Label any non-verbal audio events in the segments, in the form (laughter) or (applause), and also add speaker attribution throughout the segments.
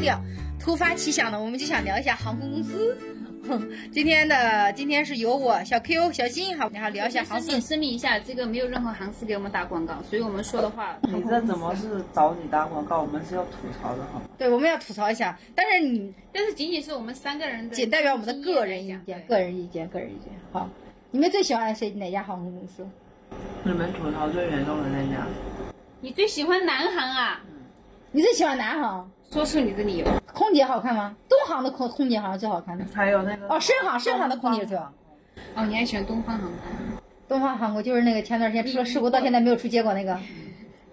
Speaker 1: 掉。突发奇想呢，我们就想聊一下航空公司。 (laughs) 今天的今天是由我小 Q 小新好，然后聊一下航
Speaker 2: 事
Speaker 1: 空
Speaker 2: 情。声明一下，这个没有任何航司给我们打广告，所以我们说的话，
Speaker 1: 嗯
Speaker 3: 你这怎么是找你打广告？我们是要吐槽的好吗？
Speaker 1: 对，我们要吐槽一下，但是你
Speaker 2: 但是仅仅是我们三个人的，
Speaker 1: 仅代表我们的个人意见，个
Speaker 2: 人
Speaker 1: 人意见，个人意见。好，你们最喜欢谁哪家航空公司？
Speaker 3: 你们吐槽最严重的那家，
Speaker 2: 你最喜欢南航啊？
Speaker 1: 你最喜欢南航？
Speaker 2: 说出你的理由。
Speaker 1: 空姐好看吗？东航的空空姐好像最好看的。
Speaker 3: 还有那个
Speaker 1: 哦，深航，深航的空姐最好看。
Speaker 2: 哦，你还喜欢东方航
Speaker 1: 嗯
Speaker 2: 空？啊
Speaker 1: 东方航空就是那个前段时间出了事故，到现在没有出结果那个，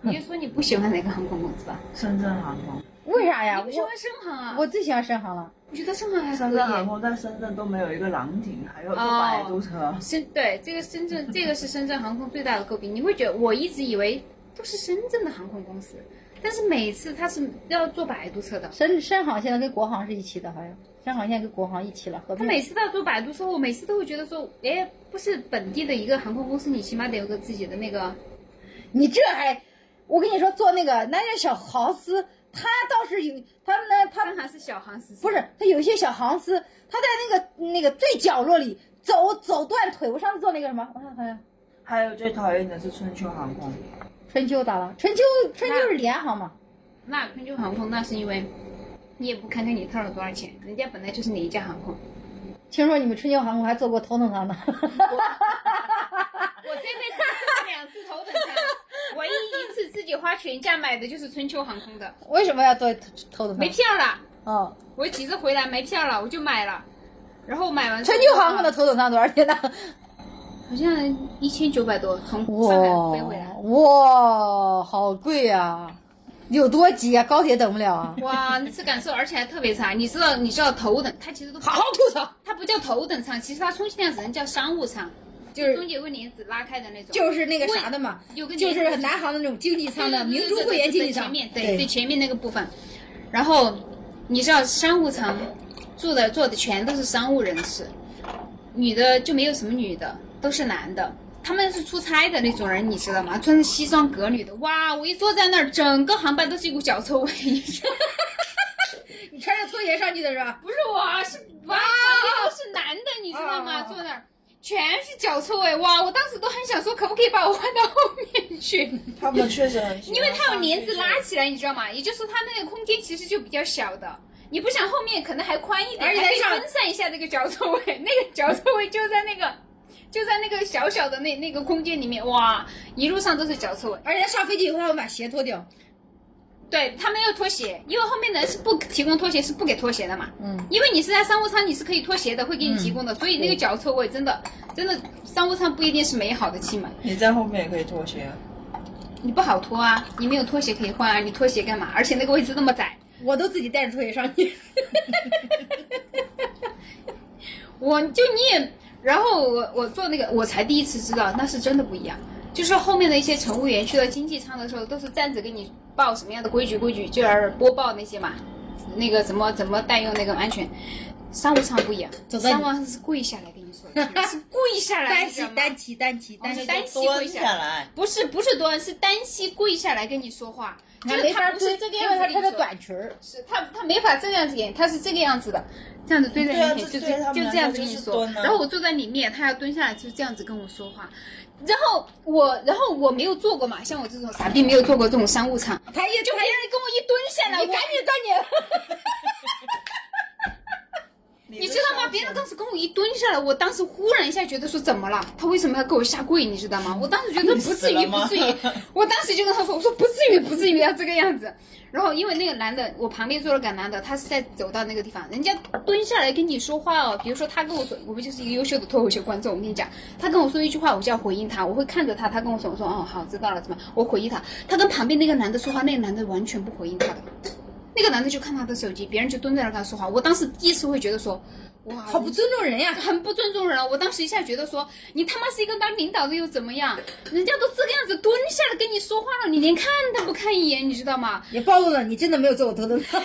Speaker 2: 你就说你不喜欢哪个航空公司吧？
Speaker 3: 深圳航空，
Speaker 1: 为啥哎呀？
Speaker 2: 你不喜
Speaker 1: 我
Speaker 2: 欢深航啊？
Speaker 1: 我最喜欢深航了。
Speaker 2: 我觉得深航还可
Speaker 3: 深圳航
Speaker 2: 以。
Speaker 3: 空哦在深圳都没有一个廊亭，还有坐摆渡车。
Speaker 2: 深对这个深圳，这个是深圳航空最大的诟病。你会觉得我一直以为都是深圳的航空公司，但是每次它是要坐摆渡车的，
Speaker 1: 深深航现在跟国航是一起的，好像深航现在跟国航一起了合
Speaker 2: 他
Speaker 1: 并。
Speaker 2: 每次都要做百度之后，我每次都会觉得说，哎，不是本地的一个航空公司，你起码得有个自己的那个。
Speaker 1: 你这还，我跟你说，做那个那些小航司，他倒是有，他们呢，他
Speaker 2: 当然是小航司，
Speaker 1: 不是他有一些小航司，他在那个那个最角落里走走断腿。我上次做那个什么，我看看，
Speaker 3: 还有最讨厌的是春秋航空，
Speaker 1: 春秋咋了？春秋春秋是联航嘛？
Speaker 2: 那春秋航空，那是因为你也不看看你掏了多少钱，人家本来就是你一家航空。
Speaker 1: 听说你们春秋航空还做过头等舱呢，
Speaker 2: 我这辈子坐过两次头等舱，唯一一次自己花全价买的就是春秋航空的，
Speaker 1: (laughs) 为什么要做头头等
Speaker 2: 没
Speaker 1: 舱？
Speaker 2: 票了。
Speaker 1: 哦，
Speaker 2: 我几次回来没票了，我就买了，然后买完
Speaker 1: 春秋航空的头等舱多少钱呢？
Speaker 2: 好像一千九百多，从上海飞回来
Speaker 1: 哇。哇，好贵呀、有多急啊？高铁等不了啊！
Speaker 2: (laughs) 哇，那次感受，而且还特别差。你知道，你知道头等，它其实都
Speaker 1: 好好吐槽，
Speaker 2: 它不叫头等舱，其实它充其量只能叫商务舱，
Speaker 1: 就是
Speaker 2: 中间有个帘子拉开的那种，
Speaker 1: 就是那个啥的嘛，
Speaker 2: 有个
Speaker 1: 就
Speaker 2: 帘子
Speaker 1: 是南航的那种经济舱的
Speaker 2: 对对
Speaker 1: 明
Speaker 2: 对
Speaker 1: 珠
Speaker 2: 对
Speaker 1: 会员
Speaker 2: 对
Speaker 1: 经济
Speaker 2: 对
Speaker 1: 舱
Speaker 2: 前，面对对前面那个部分。然后你知道商务舱坐的坐的全都是商务人士，女的就没有什么女的，都是男的。他们是出差的那种人，你知道吗？穿着西装革履的，哇！我一坐在那儿，整个航班都是一股脚臭味。
Speaker 1: 你穿着拖鞋上去的是吧？
Speaker 2: 不是我，是哇，旁边都是男的，你知道
Speaker 1: 啊啊
Speaker 2: 吗？
Speaker 1: 啊
Speaker 2: 坐那儿全是脚臭味，哇！我当时都很想说，可不可以把我换到后面去？ (laughs)
Speaker 3: 他们确实很喜欢
Speaker 2: 因为它有帘子拉起来，你知道吗？也就是说它那个空间其实就比较小的。你不想后面可能还宽一点，
Speaker 1: 而且
Speaker 2: 还可以
Speaker 1: 它上
Speaker 2: 分散一下这个脚臭味， (laughs) 那个脚臭味就在那个就在那个小小的那那个空间里面，哇，一路上都是脚臭味。
Speaker 1: 而且他上飞机以后，他会把鞋脱掉。
Speaker 2: 对他没有拖鞋，因为后面的人是不提供拖鞋，是不给拖鞋的嘛。
Speaker 1: 嗯，
Speaker 2: 因为你是在商务舱，你是可以脱鞋的，会给你提供的，所以那个脚臭味真的真的，商务舱不一定是美好的气氛，
Speaker 3: 你在后面也可以脱鞋，
Speaker 2: 你不好脱啊，你没有拖鞋可以换啊，你脱鞋干嘛？而且那个位置那么窄，
Speaker 1: 我都自己带着拖鞋上去。
Speaker 2: (laughs) 我就你也，然后我我做那个，我才第一次知道那是真的不一样，就是后面的一些乘务员去到经济舱的时候，都是站着给你报什么样的规矩规矩，就是播报那些嘛，那个怎么怎么带用那个安全。商务舱不一样，
Speaker 1: 走到你
Speaker 2: 商务舱是跪下来跟你说的，是跪下来，
Speaker 1: 单
Speaker 2: 你知
Speaker 1: 膝
Speaker 2: 道吗
Speaker 1: 单膝单膝单
Speaker 2: 哦
Speaker 1: 膝，
Speaker 2: 单膝
Speaker 3: 蹲
Speaker 2: 跪
Speaker 3: 下
Speaker 2: 下
Speaker 3: 来。
Speaker 2: 不是不是蹲，是单膝跪下来跟你说话，就
Speaker 1: 他
Speaker 2: 是
Speaker 1: 没
Speaker 2: 他
Speaker 1: 法
Speaker 2: 不
Speaker 1: 蹲，
Speaker 2: 是这个
Speaker 1: 因
Speaker 2: 样
Speaker 1: 为
Speaker 2: 子
Speaker 1: 他
Speaker 2: 跟
Speaker 1: 穿
Speaker 2: 你
Speaker 1: 着
Speaker 2: 说，
Speaker 1: 短裙儿。
Speaker 2: 是他他没法这样子演，他是这个样子的，这样子堆在
Speaker 3: 对啊
Speaker 2: 面前，
Speaker 3: 这
Speaker 2: 就
Speaker 3: 对他们
Speaker 2: 就
Speaker 3: 来
Speaker 2: 这样子跟
Speaker 3: 说就
Speaker 2: 你
Speaker 3: 是
Speaker 2: 说。
Speaker 3: 蹲啊
Speaker 2: 然后我坐在里面，他要蹲下来就这样子跟我说话，然后我然后我没有坐过嘛，像我这种傻逼没有坐过这种商务舱，
Speaker 1: 他一
Speaker 2: 就别
Speaker 1: 他一
Speaker 2: 人跟我一蹲下来，我
Speaker 1: 你赶紧赶
Speaker 3: 你
Speaker 2: 你知道吗？别人当时跟我一蹲下来，我当时忽然一下觉得说怎么了？他为什么要给我下跪？你知道吗？我当时觉得不至于，
Speaker 3: 嗯 (laughs) 你死了
Speaker 2: 不
Speaker 3: 吗
Speaker 2: 至于。 (laughs) 我当时就跟他说，我说不至于，不至于要这个样子。然后因为那个男的，我旁边坐了个男的，他是在走到那个地方，人家蹲下来跟你说话哦。比如说他跟我说，我们就是一个优秀的脱口秀观众，我跟你讲，他跟我说一句话，我就要回应他，我会看着他，他跟我说，我说哦好，知道了，怎么？我回应他，他跟旁边那个男的说话，那个男的完全不回应他的。那个男的就看他的手机，别人就蹲在那儿跟他说话。我当时第一次会觉得哦说，哇，
Speaker 1: 紧，好不尊重人呀！
Speaker 2: 很不尊重人。我当时一下觉得说，你他妈是一个当领导的又怎么样？人家都这个样子蹲下来跟你说话了，你连看都不看一眼，你知道吗？
Speaker 1: 也暴露了你真的没有做过头等舱。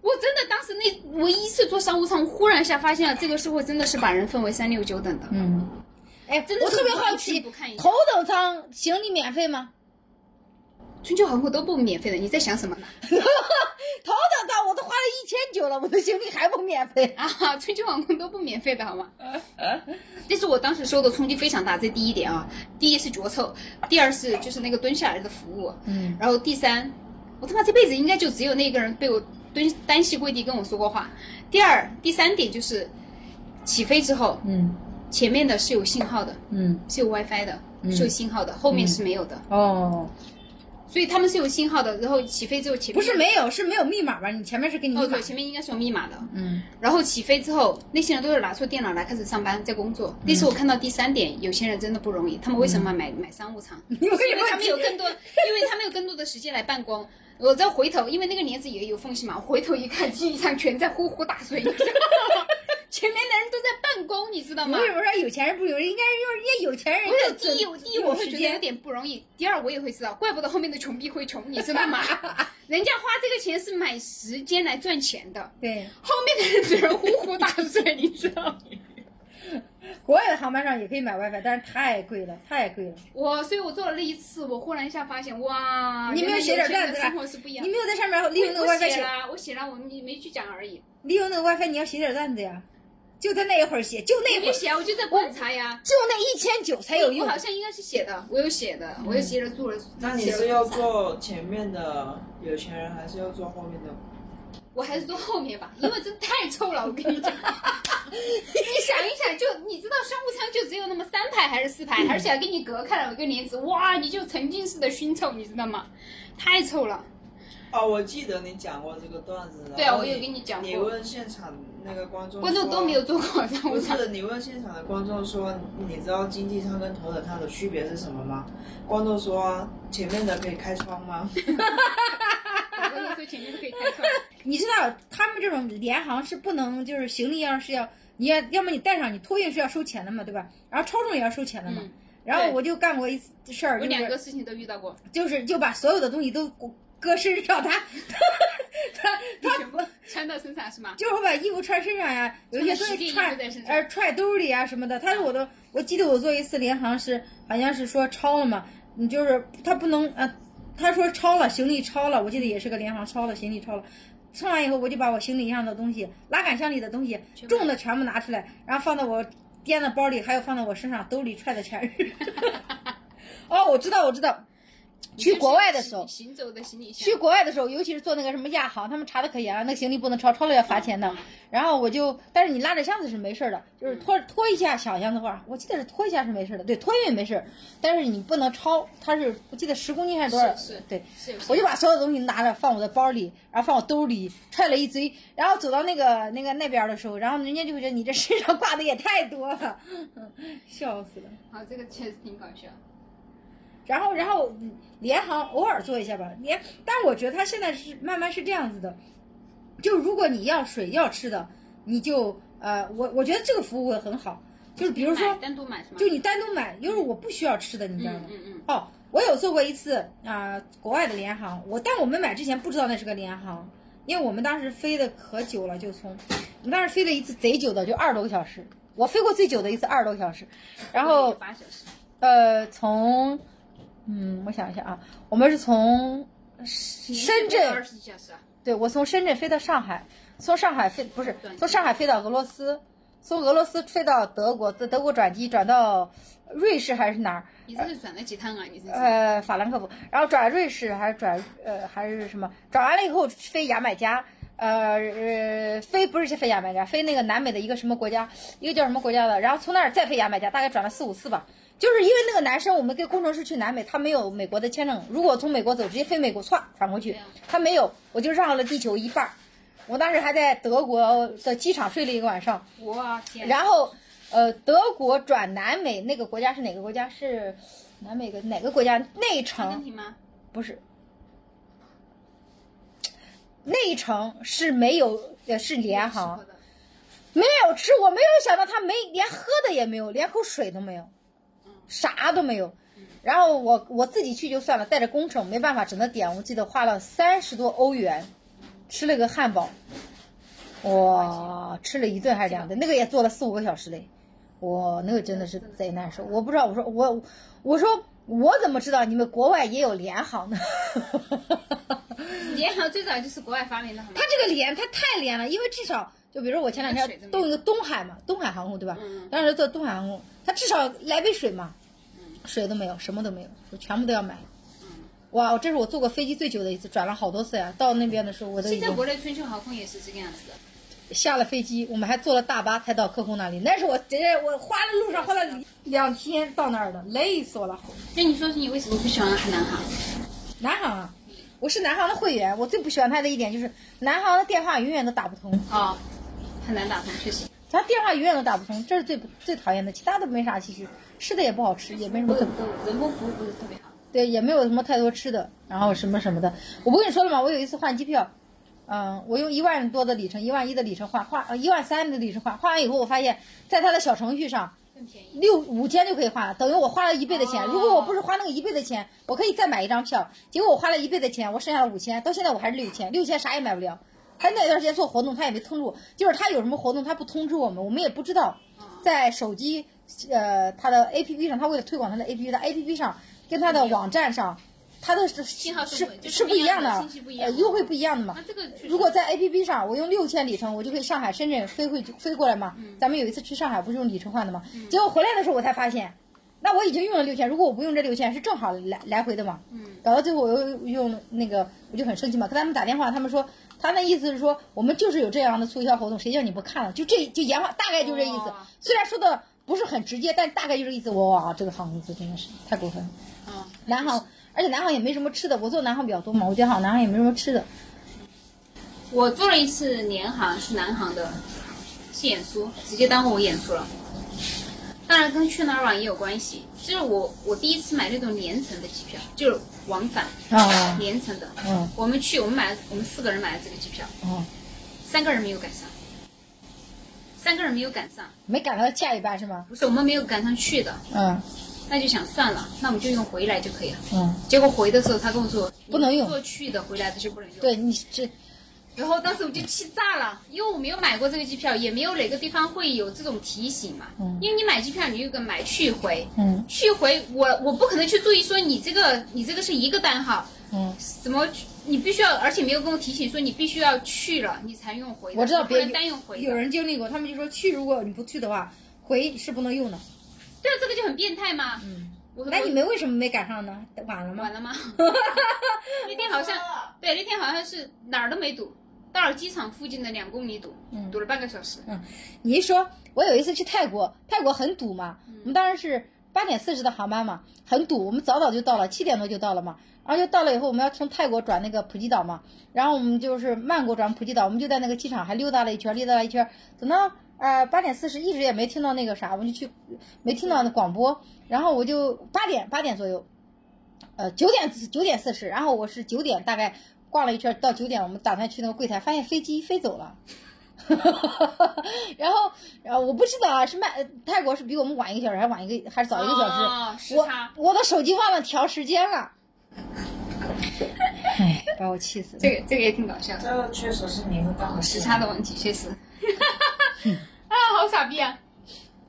Speaker 2: 我真的当时那我一次坐商务舱，我忽然一下发现了这个社会真的是把人分为三六九等的。
Speaker 1: 嗯，哎，
Speaker 2: 真的
Speaker 1: 我
Speaker 2: 是
Speaker 1: 特别好
Speaker 2: 完全
Speaker 1: 奇
Speaker 2: 不看一，眼
Speaker 1: 头等舱行李免费吗？
Speaker 2: 春秋航空都不免费的，你在想什么
Speaker 1: (laughs)
Speaker 2: 呢？
Speaker 1: 头等舱我都花了一千九了，我的行李还不免费？
Speaker 2: 啊，春秋航空都不免费的好吗？
Speaker 1: 啊
Speaker 2: 但是我当时受的冲击非常大，这第一点啊，第一是脚臭，第二是就是那个蹲下来的服务，
Speaker 1: 嗯，
Speaker 2: 然后第三，我他妈这辈子应该就只有那个人被我蹲单膝跪地跟我说过话。第二、第三点就是，起飞之后，
Speaker 1: 嗯
Speaker 2: 前面的是有信号的，
Speaker 1: 嗯，
Speaker 2: 是有 WiFi 的，
Speaker 1: 嗯
Speaker 2: 是有信号的，后面是没有的，
Speaker 1: 哦，
Speaker 2: 所以他们是有信号的。然后起飞之后，前
Speaker 1: 不
Speaker 2: 面
Speaker 1: 是没有，是没有密码吧？你前面是给你密
Speaker 2: 哦，
Speaker 1: 码
Speaker 2: 对，，前面应该是有密码的。
Speaker 1: 嗯
Speaker 2: 然后起飞之后，那些人都是拿出电脑来开始上班，在工作。
Speaker 1: 嗯
Speaker 2: 那是我看到第三点，有些人真的不容易。他们为什么买、买商务舱？
Speaker 1: 你为什么
Speaker 2: 因为他们有更多，因为他们有更多的时间来办公。我再回头，因为那个帘子也有缝隙嘛，我回头一看，机上全在呼呼大睡，
Speaker 1: (laughs)
Speaker 2: 前面的人都在办公，你知道吗
Speaker 1: 为？什么说有钱人不有？应该是就是人家有钱人
Speaker 2: 不是
Speaker 1: 更
Speaker 2: 第一，我
Speaker 1: 尊
Speaker 2: 第一我会
Speaker 1: 时
Speaker 2: 觉得有
Speaker 1: 间。
Speaker 2: 点不容易，第二我也会知道，怪不得后面的穷逼会穷，你知
Speaker 1: (laughs)
Speaker 2: 道吗？人家花这个钱是买时间来赚钱的，
Speaker 1: 对，
Speaker 2: 后面的人只能呼呼大睡，你知道吗？
Speaker 1: 国外的航班上也可以买 WiFi，但是太贵了，太贵了。
Speaker 2: 我，所以我做了那一次，我忽然一下发现，哇，
Speaker 1: 你没有
Speaker 2: 原来
Speaker 1: 写点
Speaker 2: 有钱
Speaker 1: 段子
Speaker 2: 人的
Speaker 1: 啊
Speaker 2: 生活是不一样
Speaker 1: 你。没有在上面利
Speaker 2: 我
Speaker 1: 用那个
Speaker 2: 我
Speaker 1: WiFi
Speaker 2: 写
Speaker 1: 写，
Speaker 2: 了，我写了，我没没去讲而已。
Speaker 1: 利用那个 WiFi 你要写点段子呀，就在那一会儿写，就那
Speaker 2: 我
Speaker 1: 一会
Speaker 2: 没
Speaker 1: 儿，
Speaker 2: 写啊，我就在观察呀。
Speaker 1: 就那一千九才有用
Speaker 2: 我好。像应该是写的，我有写的，我有写着做了。
Speaker 3: 那你
Speaker 2: 写了
Speaker 3: 是要
Speaker 2: 自杀？
Speaker 3: 做前面的有钱人，还是要做后面的？
Speaker 2: 我还是做后面吧，因为真太臭了，我跟你讲。你想一想，就你知道商务舱就只有那么三排还是四 (laughs) 排，而且还给你隔开了一个帘子，哇，你就沉浸式的熏臭，你知道吗？太臭 (laughs) 了。
Speaker 3: 哦，我记得你讲过这个段子。
Speaker 2: 对
Speaker 3: 然
Speaker 2: 啊，
Speaker 3: 后
Speaker 2: 我有跟你讲
Speaker 3: 你
Speaker 2: 过，
Speaker 3: 问现场那个观众，
Speaker 2: 观众都没有。坐过商务
Speaker 3: 不
Speaker 2: 舱。
Speaker 3: 是你问现场的观众说，你知道经济舱跟头等舱的区别是什么吗？观众说前面的可以开窗吗？
Speaker 2: 我跟你说，前面都可以开窗。
Speaker 1: 你知道他们这种联航是不能，就是行李要是要你要，要么你带上，你托运是要收钱的嘛，对吧？然后超重也要收钱的嘛。
Speaker 2: 嗯
Speaker 1: 然后
Speaker 2: 对
Speaker 1: 我就干过一次事儿，
Speaker 2: 我
Speaker 1: 就
Speaker 2: 两个
Speaker 1: 是
Speaker 2: 事情都遇到过，
Speaker 1: 就是就把所有的东西都搁搁身上，他他
Speaker 2: 全部穿到身上是吗？
Speaker 1: 就是我把衣服穿身上呀，有一些东
Speaker 2: 穿了十件
Speaker 1: 西揣
Speaker 2: 衣服在身上嗯
Speaker 1: 呃揣兜里啊什么的。他说我都，我记得我做一次联航是好像是说超了嘛，你就是他不能呃，他说超了行李超了，我记得也是个联航超了行李超了。称完以后，我就把我行李上的东西、拉杆箱里的东西
Speaker 2: 全部
Speaker 1: 重的全部拿出来，然后放到我掂的包里，还有放到我身上兜里揣的全是。 (laughs) 哦，我知道，我知道， (laughs) 去国外的时候，
Speaker 2: 行走的行李箱
Speaker 1: 去，国外的时候，尤其是做那个什么亚航，他们查的可严了，那个行李不能超，超了要罚钱的。
Speaker 2: 嗯
Speaker 1: 然后我就，但是你拉着箱子是没事儿的，就是拖拖一下小箱子或者我记得是拖一下是没事儿的，对，托运没事儿，但是你不能超，它是我记得十公斤还是多少？
Speaker 2: 是是
Speaker 1: 对。
Speaker 2: 是有行李箱
Speaker 1: 我就把所有东西拿着放我的包里，然后放我兜里，揣了一堆。然后走到那个那个那边的时候，然后人家就会觉得你这身上挂的也太多了， (laughs) 笑死了。
Speaker 2: 好，这个确实挺搞笑。
Speaker 1: 然后，然后嗯联航偶尔做一下吧，联，但我觉得它现在是慢慢是这样子的，就如果你要水要吃的，你就呃，我我觉得这个服务很好，就是比如说
Speaker 2: 买，单独买是吗？
Speaker 1: 就你单独买，因为我不需要吃的，你知道
Speaker 2: 嗯
Speaker 1: 吗？
Speaker 2: 嗯嗯，
Speaker 1: 哦，我有做过一次啊、呃国外的联航，我但我们买之前不知道那是个联航，因为我们当时飞的可久了，就从我们当时飞了一次贼久的，就二十多个小时，我飞过最久的一次二十多个小时，然后
Speaker 2: 八小时，
Speaker 1: 呃，从嗯，我想一下啊，我们是从深
Speaker 2: 二
Speaker 1: 圳，
Speaker 2: 十几小时啊，
Speaker 1: 对我从深圳飞到上海，从上海飞不是从上海飞到俄罗斯，从俄罗斯飞到德国，在德国转机转到瑞士还是哪儿？
Speaker 2: 你这是转了几趟啊？你这是
Speaker 1: 呃，法兰克福，然后转瑞士还是转呃还是什么？转完了以后飞牙买加，呃呃飞不是飞牙买加，飞那个南美的一个什么国家，一个叫什么国家的，然后从那儿再飞牙买加，大概转了四五次吧。就是因为那个男生，我们跟工程师去南美，他没有美国的签证，如果从美国走，直接飞美国，歘转过去
Speaker 2: 对啊，
Speaker 1: 他没有，我就绕了地球一半儿。我当时还在德国的机场睡了一个晚上，
Speaker 2: 我天，
Speaker 1: 然后，呃，德国转南美那个国家是哪个国家？是南美个哪个国家？内
Speaker 2: 阿根
Speaker 1: 城
Speaker 2: 廷吗？
Speaker 1: 不是，内城是没有，呃，是联航
Speaker 2: 是的
Speaker 1: 没有吃，我没有想到他没连喝的也没有，连口水都没有
Speaker 2: 嗯，
Speaker 1: 啥都没有。然后我我自己去就算了，带着工程没办法，只能点。我记得花了三十多欧元，吃了个汉堡，哇，吃了一顿还是两顿，那个也做了四五个小时嘞，哇，那个真的是贼难受。我不知道，我说我我说我怎么知道你们国外也有联航呢？
Speaker 2: 联航最早就是国外发明的，好吗
Speaker 1: 它？这个连它太连了，因为至少就比如说我前两
Speaker 2: 水这
Speaker 1: 天
Speaker 2: 么
Speaker 1: 动一个东海嘛，东海航空对吧？
Speaker 2: 嗯
Speaker 1: 当时坐东海航空，它至少来杯水嘛，水都没有，什么都没有，就全部都要买。
Speaker 2: 嗯
Speaker 1: 哇，这是我坐过飞机最久的一次，转了好多次呀、到那边的时候，我都已
Speaker 2: 现在
Speaker 1: 经
Speaker 2: 国内春秋航空也是这个样子的。
Speaker 1: 下了飞机，我们还坐了大巴才到客户那里。那是我直接我花了路上
Speaker 2: (laughs)
Speaker 1: 花了两天到那儿的，累死我了。
Speaker 2: 那你说说你为什么不喜欢南航？
Speaker 1: 南航啊，我是南航的会员，我最不喜欢他的一点就是南航的电话永远都打不通，
Speaker 2: 哦，很难打通，确实。
Speaker 1: 咱电话永远都打不通，这是最不最讨厌的，其他都没啥其实，吃的也不好吃，也没什么特别，
Speaker 2: 人工服务不是特别好。
Speaker 1: 对，也没有什么太多吃的，然后什么什么的。我不跟你说了吗？我有一次换机票，嗯，我用一万多的里程，一万一的里程换换，呃，一万三的里程换，换完以后我发现，在他的小程序上。
Speaker 2: 更便宜。
Speaker 1: 六五天就可以花了，等于我花了一倍的钱。
Speaker 2: 哦
Speaker 1: 如果我不是花那个一倍的钱，我可以再买一张票。结果我花了一倍的钱，我剩下了五千，到现在我还是六千，六千啥也买不了。他那段时间做活动，他也没通知我，就是他有什么活动，他不通知我们，我们也不知道。
Speaker 2: 哦
Speaker 1: 在手机呃他的 APP 上，他为了推广他的 APP，他 APP 上跟他的网站上，他的是
Speaker 2: 信号是
Speaker 1: 是
Speaker 2: 不一样的
Speaker 1: 是不一样的
Speaker 2: 信息不一，样
Speaker 1: 呃，优惠不一样的嘛
Speaker 2: 那。这个确实
Speaker 1: 如果在 A P P 上，我用六千里程，我就可以上海、深圳飞回飞过来嘛。咱们有一次去上海，不是用里程换的嘛？结果回来的时候我才发现，那我已经用了六千，如果我不用这六千，是正好来来回的嘛。
Speaker 2: 嗯
Speaker 1: 搞到最后我又用那个，我就很生气嘛，跟他们打电话，他们说他那意思是说我们就是有这样的促销活动，谁叫你不看了？就这就言话大概就这意思
Speaker 2: 哇，
Speaker 1: 虽然说的不是很直接，但大概就这意思。哇，这个航空公司真的是太过分了。
Speaker 2: 啊，
Speaker 1: 南航，而且南航也没什么吃的，我坐南航比较多嘛，我觉得好像南航也没什么吃的。
Speaker 2: 我做了一次联航，是南航的，是演出，直接耽误我演出了。当然跟去哪儿玩也有关系，就是我我第一次买那种年层的机票，就是往返
Speaker 1: 啊，
Speaker 2: 年层的。
Speaker 1: 嗯
Speaker 2: 我们去，我们买了，我们四个人买了这个机票，
Speaker 1: 嗯，
Speaker 2: 三个人没有赶上，三个人没有赶上，
Speaker 1: 没赶到下一班是吗？
Speaker 2: 不是我们没有赶上去的，
Speaker 1: 嗯
Speaker 2: 那就想算了，那我们就用回来就可以了。
Speaker 1: 嗯，
Speaker 2: 结果回的时候，他跟我说
Speaker 1: 不能用
Speaker 2: 做去的回来的就不能用。
Speaker 1: 对你这
Speaker 2: 然后当时我就气炸了，因为我没有买过这个机票，也没有哪个地方会有这种提醒嘛。
Speaker 1: 嗯
Speaker 2: 因为你买机票，你有个买去回，
Speaker 1: 嗯
Speaker 2: 去回我我不可能去注意说你这个你这个是一个单号，
Speaker 1: 嗯，
Speaker 2: 怎么去你必须要，而且没有跟我提醒说你必须要去了你才用回的，
Speaker 1: 我知道
Speaker 2: 你不
Speaker 1: 别
Speaker 2: 能单用回
Speaker 1: 有
Speaker 2: 的。
Speaker 1: 人经历过，他们就说去，如果你不去的话，回是不能用的。
Speaker 2: 对啊，这个就很变态嘛。
Speaker 1: 嗯，
Speaker 2: 我
Speaker 1: 那你们为什么没赶上呢？晚了
Speaker 2: 完
Speaker 1: 吗？
Speaker 2: 了吗？那天 (laughs) 好像 (laughs) 对，那天好像是哪儿都没堵，到了机场附近的两公里堵，
Speaker 1: 嗯
Speaker 2: 堵了半个小时。
Speaker 1: 你一说，我有一次去泰国，泰国很堵嘛，我们当时是八点四十的航班嘛，很堵，我们早早就到了，七点多就到了嘛。然后就到了以后，我们要从泰国转那个普吉岛嘛，然后我们就是曼谷转普吉岛，我们就在那个机场还溜达了一圈，溜达了一圈，等到呃八点四十一直也没听到那个啥，我们就去没听到那广播，然后我就八点八点左右，呃九点九点四十，然后我是九点大概逛了一圈，到九点我们打算去那个柜台，发现飞机飞走了。 (laughs) 然后，呃，我不知道啊，是曼呃泰国是比我们晚一个小时，还晚一个，还是早一个小时？
Speaker 2: 哦时差
Speaker 1: 我我的手机忘了调时间了， (laughs) 哎，把我气死了。
Speaker 2: 这个这个也挺搞笑的，
Speaker 3: 这确实是你的大好
Speaker 2: 时差的问题确实。 (laughs) 啊，好傻逼啊！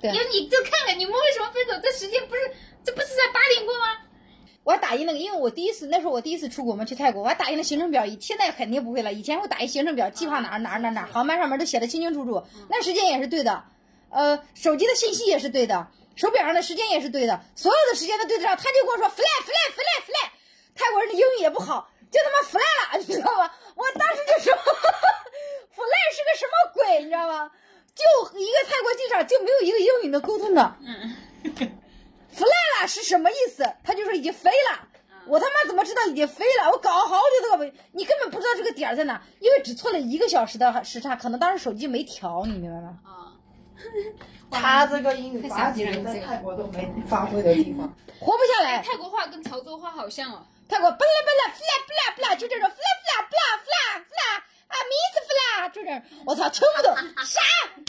Speaker 1: 对
Speaker 2: 因为你就看看你们为什么分手，这时间不是这不是在八点过吗？
Speaker 1: 我还打印那个，因为我第一次那时候我第一次出国嘛，去泰国，我还打印了行程表，现在肯定不会了。以前我打印行程表，计划哪儿哪儿哪儿哪儿，航班上面都写的清清楚楚，那时间也是对的，呃，手机的信息也是对的，手表上的时间也是对的，所有的时间都对得上。他就跟我说 fly fly fly fly，泰国人的英语也不好，就他妈 fly 了，你知道吗？我当时就说 fly 是个什么鬼，你知道吗？就一个泰国机场就没有一个英语能沟通的。
Speaker 2: 嗯，
Speaker 1: fly 了是什么意思？他就说已经飞了。我他妈怎么知道已经飞了？我搞了好久都搞不，你根本不知道这个点儿在哪，因为只错了一个小时的时差，可能当时手机没调，你明白吗？
Speaker 2: 啊，
Speaker 3: 他这个英语
Speaker 2: 太
Speaker 3: 八
Speaker 2: 傻
Speaker 3: 级
Speaker 2: 逼了
Speaker 3: 人在
Speaker 2: 这个
Speaker 3: 泰国都没发挥的地
Speaker 2: (laughs)
Speaker 3: 方，
Speaker 1: 活不下来。
Speaker 2: 泰国话跟潮州话好像哦。
Speaker 1: 泰国巴拉巴拉 fly 不啦不啦，就这种 fly fly 不啦 fly fly 啊，miss fly 就这种，我操，听不懂啥，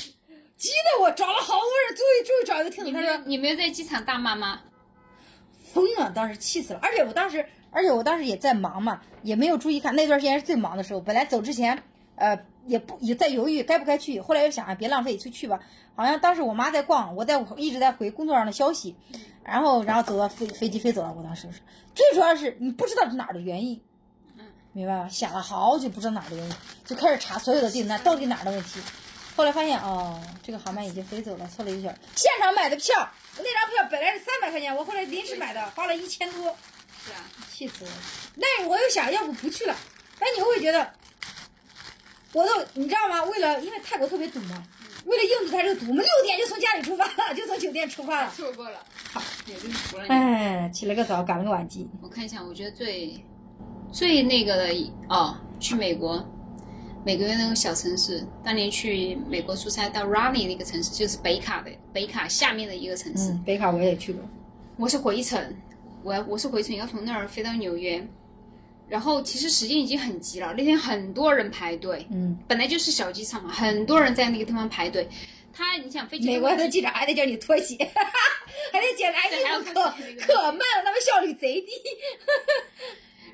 Speaker 1: 急得我找了好多人，终于终于找一个听
Speaker 2: 你
Speaker 1: 懂，
Speaker 2: 没
Speaker 1: 他
Speaker 2: 有
Speaker 1: 说
Speaker 2: 你没有在机场大骂吗？
Speaker 1: 疯了，当时气死了，而且我当时，而且我当时也在忙嘛，也没有注意看，那段时间是最忙的时候，本来走之前，呃，也不也在犹豫该不该去，后来又想啊，别浪费，就去吧。好像当时我妈在逛，我在一直在回工作上的消息，然后然后走到飞飞机飞走了。我当时是最主要是你不知道是哪儿的原因，明白吧？想了好久不知道哪儿的原因，就开始查所有的订单到底哪儿的问题。后来发现哦，这个航班已经飞走了，错了一小时。现场买的票，我那张票本来是三百块钱，我后来临时买的，花了一千多，
Speaker 2: 是啊，
Speaker 1: 气死我了。但是我又想要不不去了，但你会觉得，我都你知道吗？为了因为泰国特别堵嘛，为了应付他这个堵，我们六点就从家里出发了，就从酒店出发了。
Speaker 2: 啊错过了，好，也真是服了你。
Speaker 1: 哎，起了个早，赶了个晚集。
Speaker 2: 我看一下，我觉得最最那个的一哦，去美国，美国那个小城市，当年去美国出差到 Raleigh 那个城市，就是北卡的北卡下面的一个城市。
Speaker 1: 嗯，北卡我也去过。
Speaker 2: 我是回程，我要我是回程要从那儿飞到纽约，然后其实时间已经很急了，那天很多人排队，
Speaker 1: 嗯，
Speaker 2: 本来就是小机场嘛，很多人在那个地方排队。他，你想飞机
Speaker 1: 美国的机场还得叫你脱鞋， (laughs) 还得检查
Speaker 2: 对还要
Speaker 1: 衣服，可
Speaker 2: 看那个
Speaker 1: 可慢了，他们效率贼低。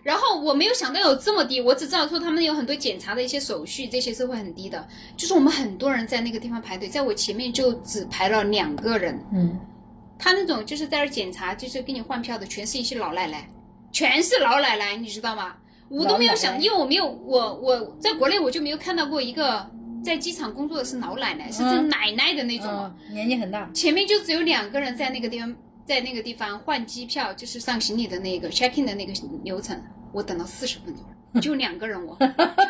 Speaker 2: 然后我没有想到有这么低，我只知道说他们有很多检查的一些手续，这些是会很低的。就是我们很多人在那个地方排队，在我前面就只排了两个人。
Speaker 1: 嗯，
Speaker 2: 他那种就是在那儿检查，就是给你换票的，全是一些老奶奶，全是老奶奶，你知道吗？我都没有
Speaker 1: 老奶
Speaker 2: 想，
Speaker 1: 奶
Speaker 2: 因为我没有我我在国内我就没有看到过一个在机场工作的是老奶奶，甚至
Speaker 1: 嗯
Speaker 2: 奶奶的那种。
Speaker 1: 嗯，年纪很大。
Speaker 2: 前面就只有两个人在那个地方，在那个地方换机票，就是上行李的那个 check in 的那个流程，我等了四十分 (laughs) 钟，就两个人我，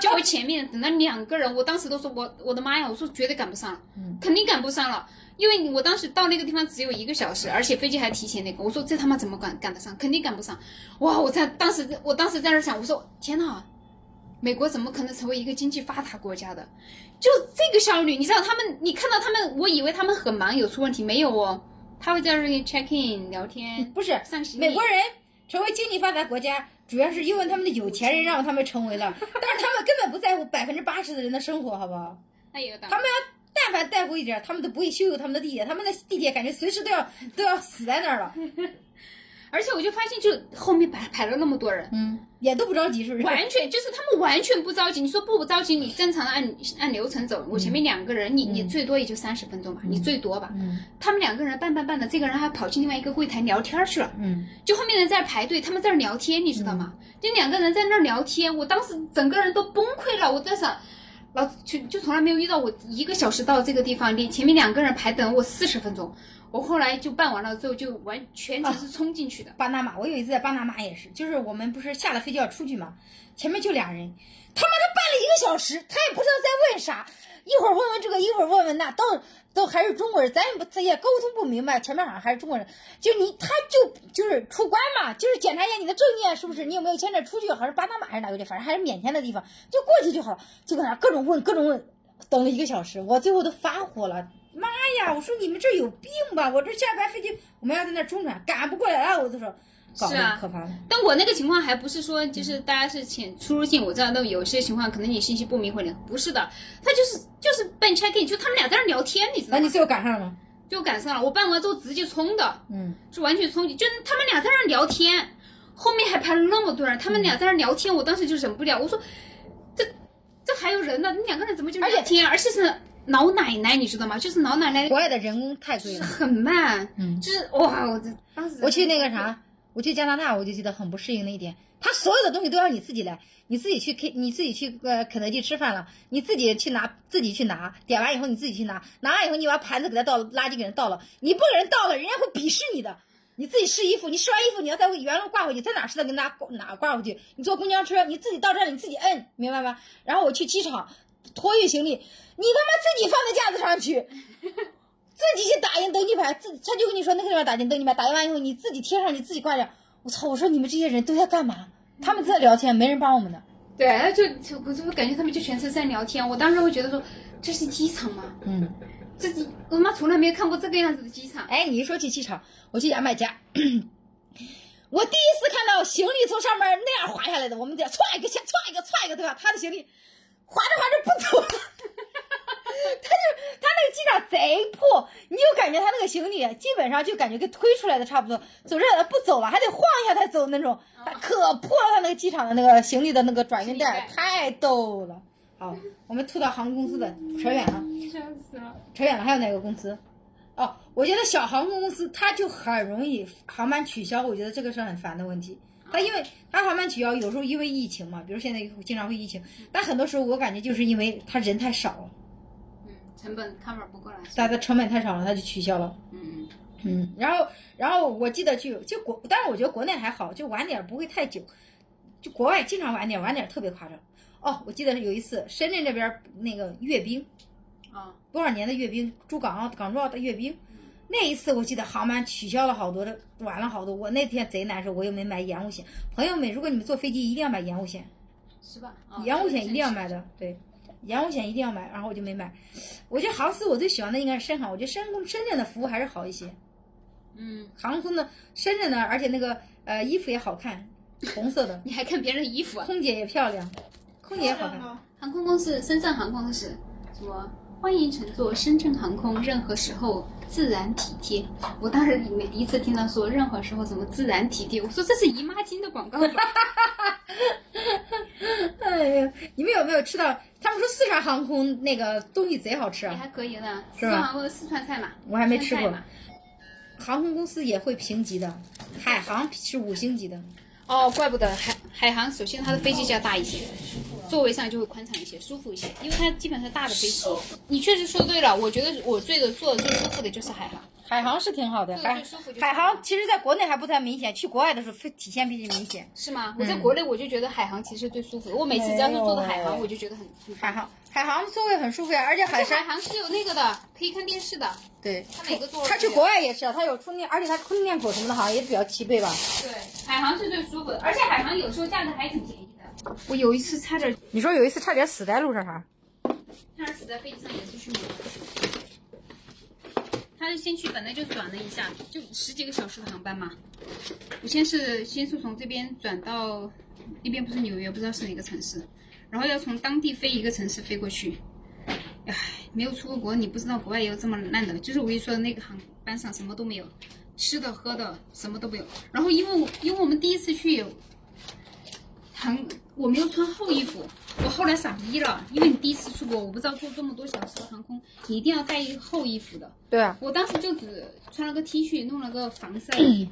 Speaker 2: 就我前面等了两个人，我当时都说我我的妈呀，我说绝对赶不上了，
Speaker 1: 嗯
Speaker 2: 肯定赶不上了，因为我当时到那个地方只有一个小时，而且飞机还提前那个，我说这他妈怎么赶赶得上？肯定赶不上！哇，我在当时我当时在那儿想，我说天呐，美国怎么可能成为一个经济发达国家的？就这个效率，你知道他们，你看到他们，我以为他们很忙有出问题，没有哦，他会在那里 check in 聊天，
Speaker 1: 不是
Speaker 2: 上行李
Speaker 1: 美国人成为经济发达国家，主要是因为他们的有钱人让他们成为了，但是他们根本不在乎百分之八十的人的生活，好不好？
Speaker 2: 那也有道理
Speaker 1: 他们要但凡在乎一点，他们都不会羞辱他们的地铁，他们的地铁感觉随时都要都要死在那儿了，
Speaker 2: 而且我就发现，就后面排排了那么多人，
Speaker 1: 嗯，也都不着急，是不是？
Speaker 2: (laughs) 完全就是他们完全不着急。你说不着急，你正常的按按流程走，我前面两个人，你你最多也就三十分钟吧，你最多吧。
Speaker 1: 嗯
Speaker 2: 他们两个人半半半的，这个人还跑去另外一个柜台聊天去了。
Speaker 1: 嗯，
Speaker 2: 就后面人在排队，他们在那儿聊天，你知道吗？就两个人在那儿聊天，我当时整个人都崩溃了。我在想，老子就就从来没有遇到我一个小时到这个地方，连前面两个人排等我四十分钟。我后来就办完了之后，就完全程是冲进去的。
Speaker 1: 巴拿马，我有一次在巴拿马也是，就是我们不是下了飞机要出去嘛，前面就俩人，他妈他办了一个小时，他也不知道在问啥，一会儿问问这个，一会儿问问那，到都还是中国人，咱也不咱也沟通不明白，前面好像还是中国人，就你他就就是出关嘛，就是检查一下你的证件是不是，你有没有签证出去，好像是巴拿马还是哪个地方，反正还是缅甸的地方，就过去就好了，就搁那各种问各种问，等了一个小时，我最后都发火了。妈呀！我说你们这有病吧！我这下班飞机，我们要在那中转，赶不过来了。我就说，搞
Speaker 2: 是啊
Speaker 1: 得可怕了。
Speaker 2: 但我那个情况还不是说就是
Speaker 1: 嗯
Speaker 2: 大家是请出入境，我知道那有些情况可能你信息不明或者不是的，他就是就是办 check in，就他们俩在那儿聊天，你知
Speaker 1: 那
Speaker 2: 道
Speaker 1: 哎你
Speaker 2: 吗？
Speaker 1: 最后赶上了吗？
Speaker 2: 就赶上了，我办完之后直接冲的。
Speaker 1: 嗯，
Speaker 2: 是完全冲击，就是他们俩在那儿聊天，后面还排了那么多人，他们
Speaker 1: 嗯
Speaker 2: 俩在那儿聊天，我当时就忍不了，我说这这还有人呢，你两个人怎么就聊天？啊而且是老奶奶，你知道吗？就是老奶奶
Speaker 1: 国外的人工太
Speaker 2: 就
Speaker 1: 贵
Speaker 2: 是
Speaker 1: 了。
Speaker 2: 很慢，
Speaker 1: 嗯
Speaker 2: 就是哇，我这当时
Speaker 1: 我去那个啥，我去加拿大，我就觉得很不适应的一点，他所有的东西都要你自己来，你自己去 K，你自己去呃肯德基吃饭了，你自己去拿，自己去拿，点完以后你自己去拿，拿完以后你把盘子给他倒了，垃圾给人倒了，你不给人倒了，人家会鄙视你的。你自己试衣服，你试完衣服你要在原路挂回去，在哪试的跟哪哪挂回去？你坐公交车，你自己到站你自己摁，明白吗？然后我去机场，托运行李，你他妈自己放在架子上去，自己去打印登记牌，自己他就跟你说那个地方打印登记牌，打印完以后你自己贴上，你自己挂着。我操！我说你们这些人都在干嘛？他们在聊天，没人帮我们的。
Speaker 2: 对，然后就就我就感觉他们就全程在聊天，我当时会觉得说这是机场吗？
Speaker 1: 嗯，
Speaker 2: 这是我妈从来没有看过这个样子的机场，
Speaker 1: 哎，你一说去机场，我去牙买加，我第一次看到行李从上面那样滑下来的，我们得歘一个下，歘一个，歘一个，对吧？他的行李滑着滑着不走了，他就他那个机场贼破，你就感觉他那个行李基本上就感觉跟推出来的差不多，走着不走了，还得晃一下才哦走那种，他可破了他那个机场的那个行李的那个转运带，
Speaker 2: 行李
Speaker 1: 太逗了。好，我们吐到航空公司的，扯远了，
Speaker 2: 哎笑死了。
Speaker 1: 扯远了。还有哪个公司？哦，我觉得小航空公司它就很容易航班取消，我觉得这个是很烦的问题。它因为它航班取消，有时候因为疫情嘛，比如现在经常会疫情，但很多时候我感觉就是因为它人太少了，
Speaker 2: 嗯，成本 cover 不过来。
Speaker 1: 它的成本太少了，它就取消了。
Speaker 2: 嗯嗯，
Speaker 1: 嗯，然后然后我记得去就国，但是我觉得国内还好，就晚点儿不会太久，就国外经常晚点儿，晚点儿特别夸张。哦，我记得有一次深圳这边儿那个阅兵，
Speaker 2: 啊，
Speaker 1: 多少年的阅兵，驻港澳港珠澳的阅兵，那一次我记得航班取消了好多的，晚了好多。我那天贼难受，我又没买延误险。朋友们，如果你们坐飞机一定要买延误险，
Speaker 2: 是吧？
Speaker 3: 哦
Speaker 2: 啊
Speaker 1: 延误险一定要买。的，对，延误险一定要买。然后我就没买。我觉得航司我最喜欢的应该是深航，我觉得深深圳的服务还是好一些。
Speaker 2: 嗯，，
Speaker 1: 航空的深圳的，而且那个呃衣服也好看，红色的
Speaker 2: 你还看别人的衣服啊？
Speaker 1: 空姐也漂亮，空姐也好
Speaker 3: 漂亮
Speaker 1: 看。
Speaker 3: 吗
Speaker 2: 航空公司，深圳航空是什么？欢迎乘坐深圳航空，任何时候自然体贴。我当时每一次听到说任何时候什么自然体贴，我说这是姨妈巾的广告
Speaker 1: 啊
Speaker 2: 吧？
Speaker 1: 哎呀，你们有没有吃到？他们说四川航空那个东西贼好吃
Speaker 2: 也
Speaker 1: 啊，
Speaker 2: 还可以呢，四
Speaker 1: 是吧
Speaker 2: 川航空四川菜嘛，
Speaker 1: 我还没吃
Speaker 2: 川
Speaker 1: 过
Speaker 2: 菜。嘛
Speaker 1: 航空公司也会评级的，海航是五星级的。
Speaker 2: 哦，怪不得海海航，首先它的飞机就要大一些，座位上就会宽敞一些，舒服一些，因为它基本上大的飞机。你确实说对了，我觉得我最的坐的最舒服的就是海航。
Speaker 1: 海航是挺好的，
Speaker 2: 对
Speaker 1: 海
Speaker 2: 最舒服就是
Speaker 1: 海航其实在国内还不太明显，去国外的时候非体现必须明显。
Speaker 2: 是吗？我在国内我就觉得海航其实最舒服的，我每次只要是坐的海
Speaker 1: 没
Speaker 2: 航，
Speaker 1: 有
Speaker 2: 我就觉得很很
Speaker 1: 海
Speaker 2: 棒。
Speaker 1: 航海航座位很舒服呀，而且海
Speaker 2: 而且海
Speaker 1: 山
Speaker 2: 航是有那个的，可以看电视的。
Speaker 1: 对，
Speaker 2: 它每个座位
Speaker 1: 他去国外也是啊，他有充电，而且他充电口什么的好像也比较齐备吧。
Speaker 2: 对，海航是最舒服的，而且海航有时候价格还挺便宜的。我有一次差点
Speaker 1: 你说有一次差点死在路上啥？
Speaker 2: 差点死在飞机上，也是去美国。他是先去，本来就转了一下，就十几个小时的航班嘛。我先是先是从这边转到那边，不是纽约，不知道是哪个城市，然后要从当地飞一个城市飞过去。唉，没有出过国，你不知道国外也有这么烂的。就是我跟你说的那个航班上什么都没有，吃的喝的什么都没有。然后因为我因为我们第一次去有韩，我没有穿厚衣服，我后来傻逼了，因为你第一次出国，我不知道坐这么多小时的航空，你一定要带一个厚衣服的。
Speaker 1: 对啊，
Speaker 2: 我当时就只穿了个 T 恤，弄了个防晒衣，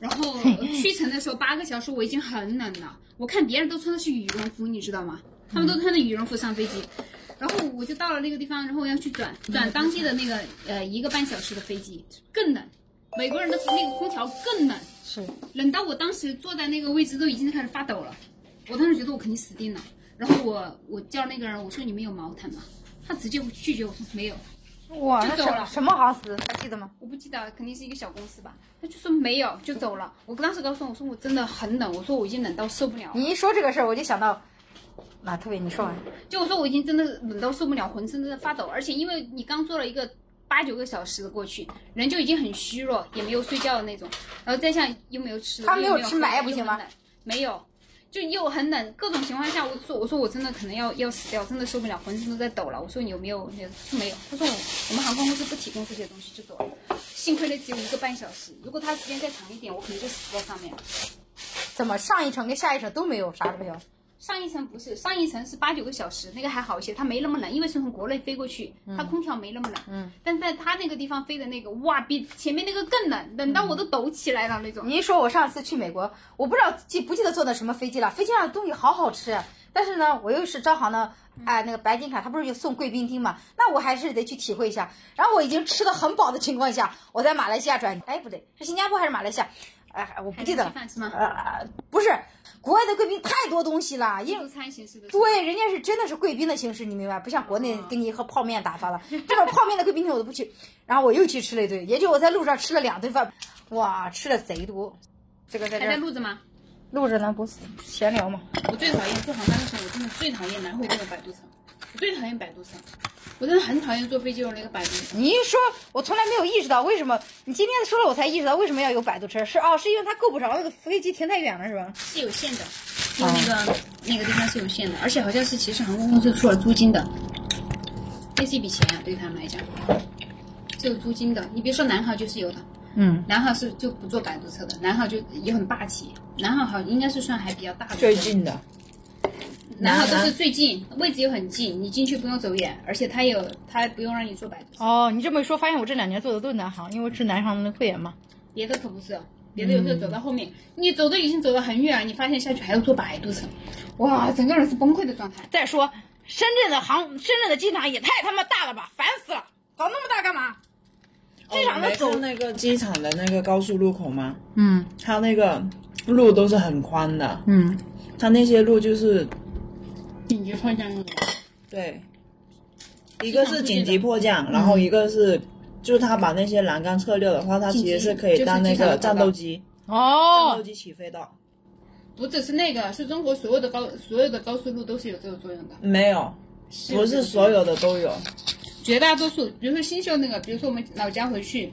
Speaker 2: 然后呃去程的时候八个小时我已经很冷了，我看别人都穿的是羽绒服，你知道吗？他们都穿着羽绒服上飞机，然后我就到了那个地方，然后我要去转转当地的那个呃一个半小时的飞机，更冷，美国人的那个空调更冷，
Speaker 1: 是
Speaker 2: 冷到我当时坐在那个位置都已经开始发抖了，我当时觉得我肯定死定了。然后我我叫那个人，我说你们有毛毯吗？他直接拒绝我说没有，
Speaker 1: 哇，
Speaker 2: 就
Speaker 1: 那
Speaker 2: 走了
Speaker 1: 什什么航司还记得吗？
Speaker 2: 我不记得，肯定是一个小公司吧。他就说没有就走了。我当时告诉我说我真的很冷，我说我已经冷到受不了了，
Speaker 1: 你一说这个事儿，我就想到马特伟，你说完。
Speaker 2: 就我说我已经真的冷到受不了，浑身都在发抖，而且因为你刚坐了一个。八九个小时的过去，人就已经很虚弱，也没有睡觉的那种，然后再像又没有吃的，
Speaker 1: 他没
Speaker 2: 又没
Speaker 1: 有
Speaker 2: 有
Speaker 1: 吃
Speaker 2: 喝
Speaker 1: 霾
Speaker 2: 的
Speaker 1: 不
Speaker 2: 又
Speaker 1: 行
Speaker 2: 很
Speaker 1: 吗
Speaker 2: 冷？没有，就又很冷，各种情况下，我说我说我真的可能要要死掉，真的受不了，浑身都在抖了。我说你有没有？他说没有。他说我我们航空公司不提供这些东西，就走了。幸亏那只有一个半小时，如果他时间再长一点，我可能就死在上面了。
Speaker 1: 怎么上一程跟下一程都没有，啥都没有？
Speaker 2: 上一层不是，上一层是八九个小时，那个还好一些，它没那么冷，因为是从国内飞过去，它空调没那么冷。
Speaker 1: 嗯。
Speaker 2: 但在它那个地方飞的那个，哇，比前面那个更冷，冷到我都抖起来了那种。
Speaker 1: 你一说，我上次去美国，我不知道记不记得坐的什么飞机了，飞机上的东西好好吃。但是呢，我又是招行的，
Speaker 2: 嗯
Speaker 1: 哎，那个白金卡，它不是有送贵宾厅嘛？那我还是得去体会一下。然后我已经吃的很饱的情况下，我在马来西亚转，哎，不对，是新加坡还是马来西亚？哎，我不记得
Speaker 2: 还
Speaker 1: 了
Speaker 2: 能吃。饭是吗？
Speaker 1: 呃，不是，国外的贵宾太多东西了，因为
Speaker 2: 自助餐形式的。
Speaker 1: 对，人家是真的是贵宾的形式，你明白？不像国内给你喝泡面打发了，这种泡面的贵宾厅我都不去。然后我又去吃了一顿，也就我在路上吃了两顿饭，哇，吃的贼多。这个在
Speaker 2: 还
Speaker 1: 这
Speaker 2: 在
Speaker 1: 儿
Speaker 2: 录着吗？
Speaker 1: 录着呢，不是闲聊嘛？
Speaker 2: 我最讨厌坐航班的时候，我真的最讨厌来回那个摆渡车，我最讨厌摆渡车，我真的很讨厌坐飞机用那个摆渡车。
Speaker 1: 你一说，我从来没有意识到为什么你今天说了，我才意识到为什么要有摆渡车，是哦，是因为它够不着那个飞机停太远了，是吧？
Speaker 2: 是有限的，因为那个、那个地方是有限的，而且好像是其实航空公司出了租金的，这是一笔钱啊，对于他们来讲是有租金的。你比如说南航就是有的，
Speaker 1: 嗯，
Speaker 2: 南航是就不坐摆渡车的，南航就也很霸气，南航好像应该是算还比较大的，
Speaker 3: 最近的，
Speaker 2: 南好都是最近，位置又很近，你进去不用走远，而且它有它不用让你做百度，
Speaker 1: 哦，你这么一说，发现我这两年做的都是南航，因为我吃南航的会员嘛。
Speaker 2: 别的可不是，哦别的有时候走到后面，你走的已经走得很远，你发现下去还要做百度层，哇，整个人是崩溃的状态。
Speaker 1: 再说深圳的航，深圳的机场也太他妈大了吧，烦死了，搞那么大干嘛？机场的走
Speaker 3: 走那个机场的那个高速路口吗？
Speaker 1: 嗯
Speaker 3: 它那个路都是很宽的，
Speaker 1: 嗯，
Speaker 3: 它那些路就是
Speaker 2: 紧急迫降那种，
Speaker 3: 对，一个是紧急迫降，然后一个是就是他把那些栏杆撤掉的话，它其实是可以当那个战斗机，
Speaker 1: (laughs)
Speaker 3: 战斗
Speaker 1: 哦，
Speaker 3: 机起飞的。
Speaker 2: 不只是那个，是中国所有的高所有的高速路都是有这个作用的，
Speaker 3: 没有，不是所有的都有。
Speaker 2: 绝大多数，比如说新秀那个，比如说我们老家回去，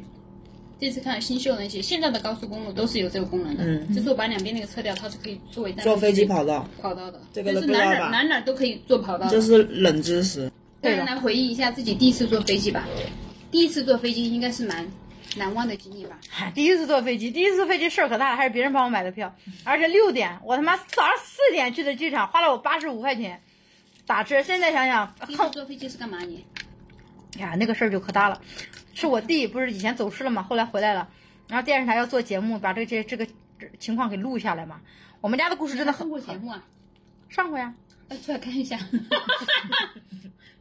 Speaker 2: 这次看新秀那些，现在的高速公路都是有这个功能的，
Speaker 3: 嗯
Speaker 2: 就是我把两边那个撤掉，它是可以作为战
Speaker 3: 坐
Speaker 2: 斗
Speaker 3: 飞机
Speaker 2: 机
Speaker 3: 跑道，
Speaker 2: 跑道的，
Speaker 3: 这个
Speaker 2: 就
Speaker 3: 都
Speaker 2: 是
Speaker 3: 不知道
Speaker 2: 哪哪
Speaker 3: 吧
Speaker 2: 哪哪都可以做跑道的。
Speaker 3: 这是冷知识。
Speaker 2: 大家来回忆一下自己第一次坐飞机吧，第一次坐飞机应该是蛮难忘的经历吧。
Speaker 1: 嗨 (laughs) 第一次坐飞机，第一次飞机事儿可大了，还是别人帮我买的票，而且六点，我他妈早上四点去的机场，花了我八十五块钱打车，现在想想，
Speaker 2: 第一次坐飞机是干嘛你？
Speaker 1: 呀，那个事儿就可大了，是我弟不是以前走失了嘛，后来回来了，然后电视台要做节目，把这这这个这情况给录下来嘛。我们家的故事真的很
Speaker 2: 上过节目啊？
Speaker 1: 上啊过呀，
Speaker 2: 要出来看一下。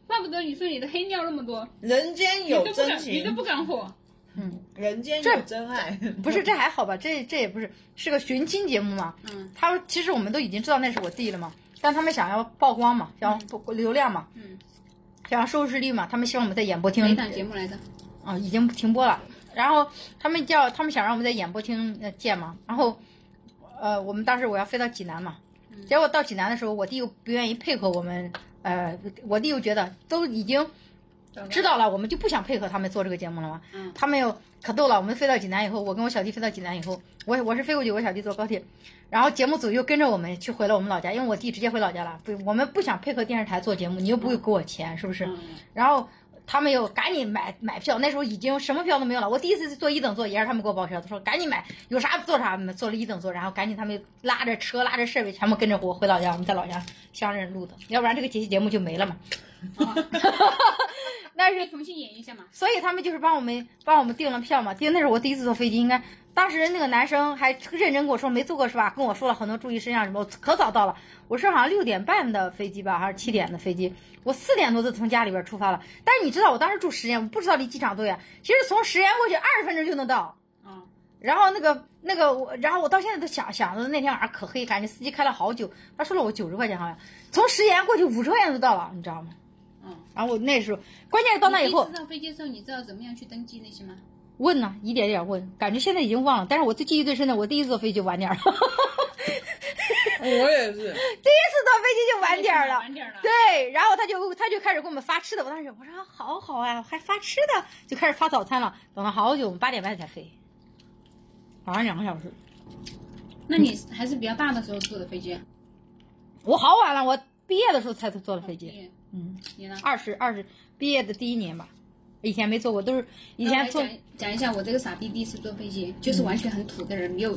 Speaker 2: 怪不得你说你的黑料那么多，
Speaker 3: 人间
Speaker 2: 你
Speaker 3: 有
Speaker 2: 都不
Speaker 3: 真
Speaker 2: 敢，你都
Speaker 3: 情
Speaker 2: 不，敢火。
Speaker 3: 人间有真爱。
Speaker 1: 不是这还好吧？这这也不是是个寻亲节目嘛。
Speaker 2: 嗯，
Speaker 1: 他们其实我们都已经知道那是我弟了嘛，但他们想要曝光嘛，想要曝流量嘛，
Speaker 2: 嗯，
Speaker 1: 想要收视率嘛，他们希望我们在演播厅
Speaker 2: 哪一档节目来着？
Speaker 1: 啊，已经停播了。然后他们叫他们想让我们在演播厅呃见嘛，然后呃，我们当时我要飞到济南嘛，结果到济南的时候，我弟又不愿意配合我们，呃，我弟又觉得都已经知道了，我们就不想配合他们做这个节目了嘛。
Speaker 2: 嗯
Speaker 1: 他们又可逗了，我们飞到济南以后，我跟我小弟飞到济南以后，我我是飞过去，我小弟坐高铁，然后节目组又跟着我们去回了我们老家，因为我弟直接回老家了，不，我们不想配合电视台做节目，你又不会给我钱，是不是？
Speaker 2: 嗯
Speaker 1: 然后他们又赶紧买买票，那时候已经什么票都没有了。我第一次坐一等座也是他们给我报销，他说赶紧买，有啥坐啥，坐了一等座，然后赶紧他们拉着车拉着设备全部跟着我回老家，我们在老家相认录的，要不然这个节气节目就没了嘛。
Speaker 2: 哦
Speaker 1: (laughs)
Speaker 2: 那是重新演一下嘛？
Speaker 1: 所以他们就是帮我们帮我们订了票嘛。订那是我第一次坐飞机，应该当时那个男生还认真跟我说没坐过是吧？跟我说了很多注意事项什么，我可早到了。我是好像六点半的飞机吧，还是七点的飞机？我四点多就从家里边出发了。但是你知道我当时住十堰，我不知道离机场多远。其实从十堰过去二十分钟就能到。
Speaker 2: 啊，
Speaker 1: 然后那个那个我，然后我到现在都想想着那天晚上可黑，感觉司机开了好久，他收了我九十块钱好像，从十堰过去五十块钱就到了，你知道吗？
Speaker 2: 嗯。
Speaker 1: 然后我那时候，关键是到那以后
Speaker 2: 你第一，次上飞机的时候，你知道怎么样去登记那些吗？
Speaker 1: 问呢，一点点问，感觉现在已经忘了。但是我最记忆最深的，我第一次坐飞机就晚点儿了，第一次
Speaker 3: 我
Speaker 2: (laughs)
Speaker 3: 也是，
Speaker 1: 坐飞机就晚点儿了。
Speaker 2: 晚点儿了。
Speaker 1: 对，然后他就他就开始给我们发吃的，我当时我说啊好好啊，还发吃的，就开始发早餐了。等了好久，我们八点半才飞，好像两个小时。
Speaker 2: 那你还是比较大的时候坐的飞机。啊
Speaker 1: 我好晚了，我毕业的时候才坐的飞机，。嗯，
Speaker 2: 你呢？
Speaker 1: 二十二十毕业的第一年吧，以前没坐过，都是以前坐
Speaker 2: 那我来讲讲一下我这个傻逼第一次坐飞机，就是完全很土的人，没有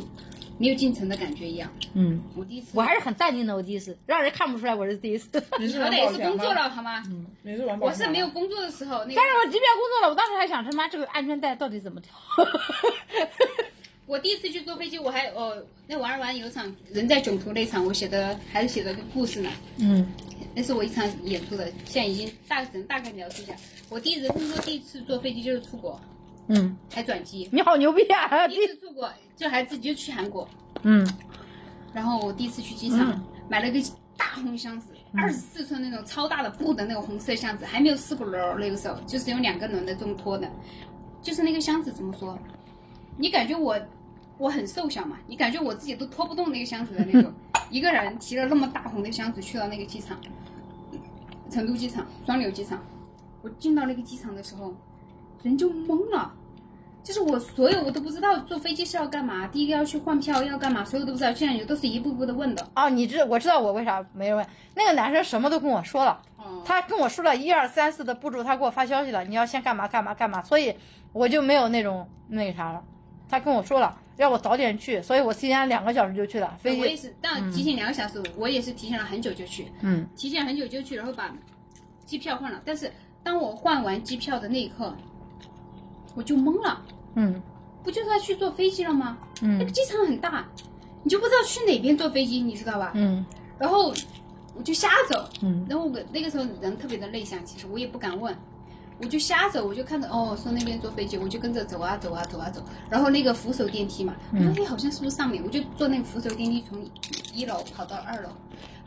Speaker 2: 没有进城的感觉一样。
Speaker 1: 嗯，
Speaker 2: 我第一次，
Speaker 1: 我还是很淡定的，我第一次让人看不出来我是第一次。
Speaker 3: 你是
Speaker 2: 好
Speaker 3: 玩
Speaker 2: 歹也
Speaker 3: 保
Speaker 2: 是
Speaker 3: 全
Speaker 2: 工
Speaker 3: 吗
Speaker 2: 作？了好吗？
Speaker 1: 嗯
Speaker 3: 你是玩保
Speaker 2: 我
Speaker 3: 全吗？
Speaker 2: 是没有工作的时候，那个
Speaker 1: 但是我即便工作了，我当时还想他妈这个安全带到底怎 (laughs) 么调？
Speaker 2: 我第一次去坐飞机，我还哦，那玩儿完有场人在囧途那场，我写的还是写了个故事呢。
Speaker 1: 嗯，
Speaker 2: 那是我一场演出的，现在已经大只能大概描述一下。我第一人生中第一次坐飞机就是出国，
Speaker 1: 嗯，
Speaker 2: 还转机。
Speaker 1: 你好牛逼啊！
Speaker 2: 第
Speaker 1: 第
Speaker 2: 一次出国就还自己去韩国，
Speaker 1: 嗯
Speaker 2: 然后我第一次去机场、买了个大红箱子，二十四寸那种超大的布的那种红色箱子，还没有四个轮儿，那个时候就是有两个轮的这么拖的，就是那个箱子怎么说？你感觉我我很瘦小嘛？你感觉我自己都拖不动那个箱子的那种，一个人提了那么大红的箱子去了那个机场，成都机场、双流机场，我进到那个机场的时候，人就懵了。就是我所有我都不知道坐飞机是要干嘛，第一个要去换票要干嘛，所有都不知道，现在也都是一步步的问的。
Speaker 1: 啊，你知我知道我为啥没人问那个男生什么都跟我说了，
Speaker 2: 哦
Speaker 1: 他跟我说了一二三四的步骤，他给我发消息了，你要先干嘛干嘛干嘛，所以我就没有那种那个啥了。
Speaker 4: 他跟我说了，让我早点去，所以我提前两个小时就去了。飞
Speaker 2: 我也
Speaker 4: 机
Speaker 2: 是，但提前两个小时，我也是提前了很久就去，
Speaker 4: 嗯，
Speaker 2: 提前很久就去，然后把机票换了。但是当我换完机票的那一刻，我就懵了，
Speaker 4: 嗯
Speaker 2: 不就是要去坐飞机了吗？那个
Speaker 4: 嗯
Speaker 2: 机场很大，你就不知道去哪边坐飞机，你知道吧？
Speaker 4: 嗯
Speaker 2: 然后我就瞎走，
Speaker 4: 嗯
Speaker 2: 然后我那个时候人特别的内向，其实我也不敢问，我就瞎走，我就看着哦，说那边坐飞机，我就跟着走啊走啊走啊走，然后那个扶手电梯嘛，我说哎好像是不是上面，我就坐那个扶手电梯从一楼跑到二楼。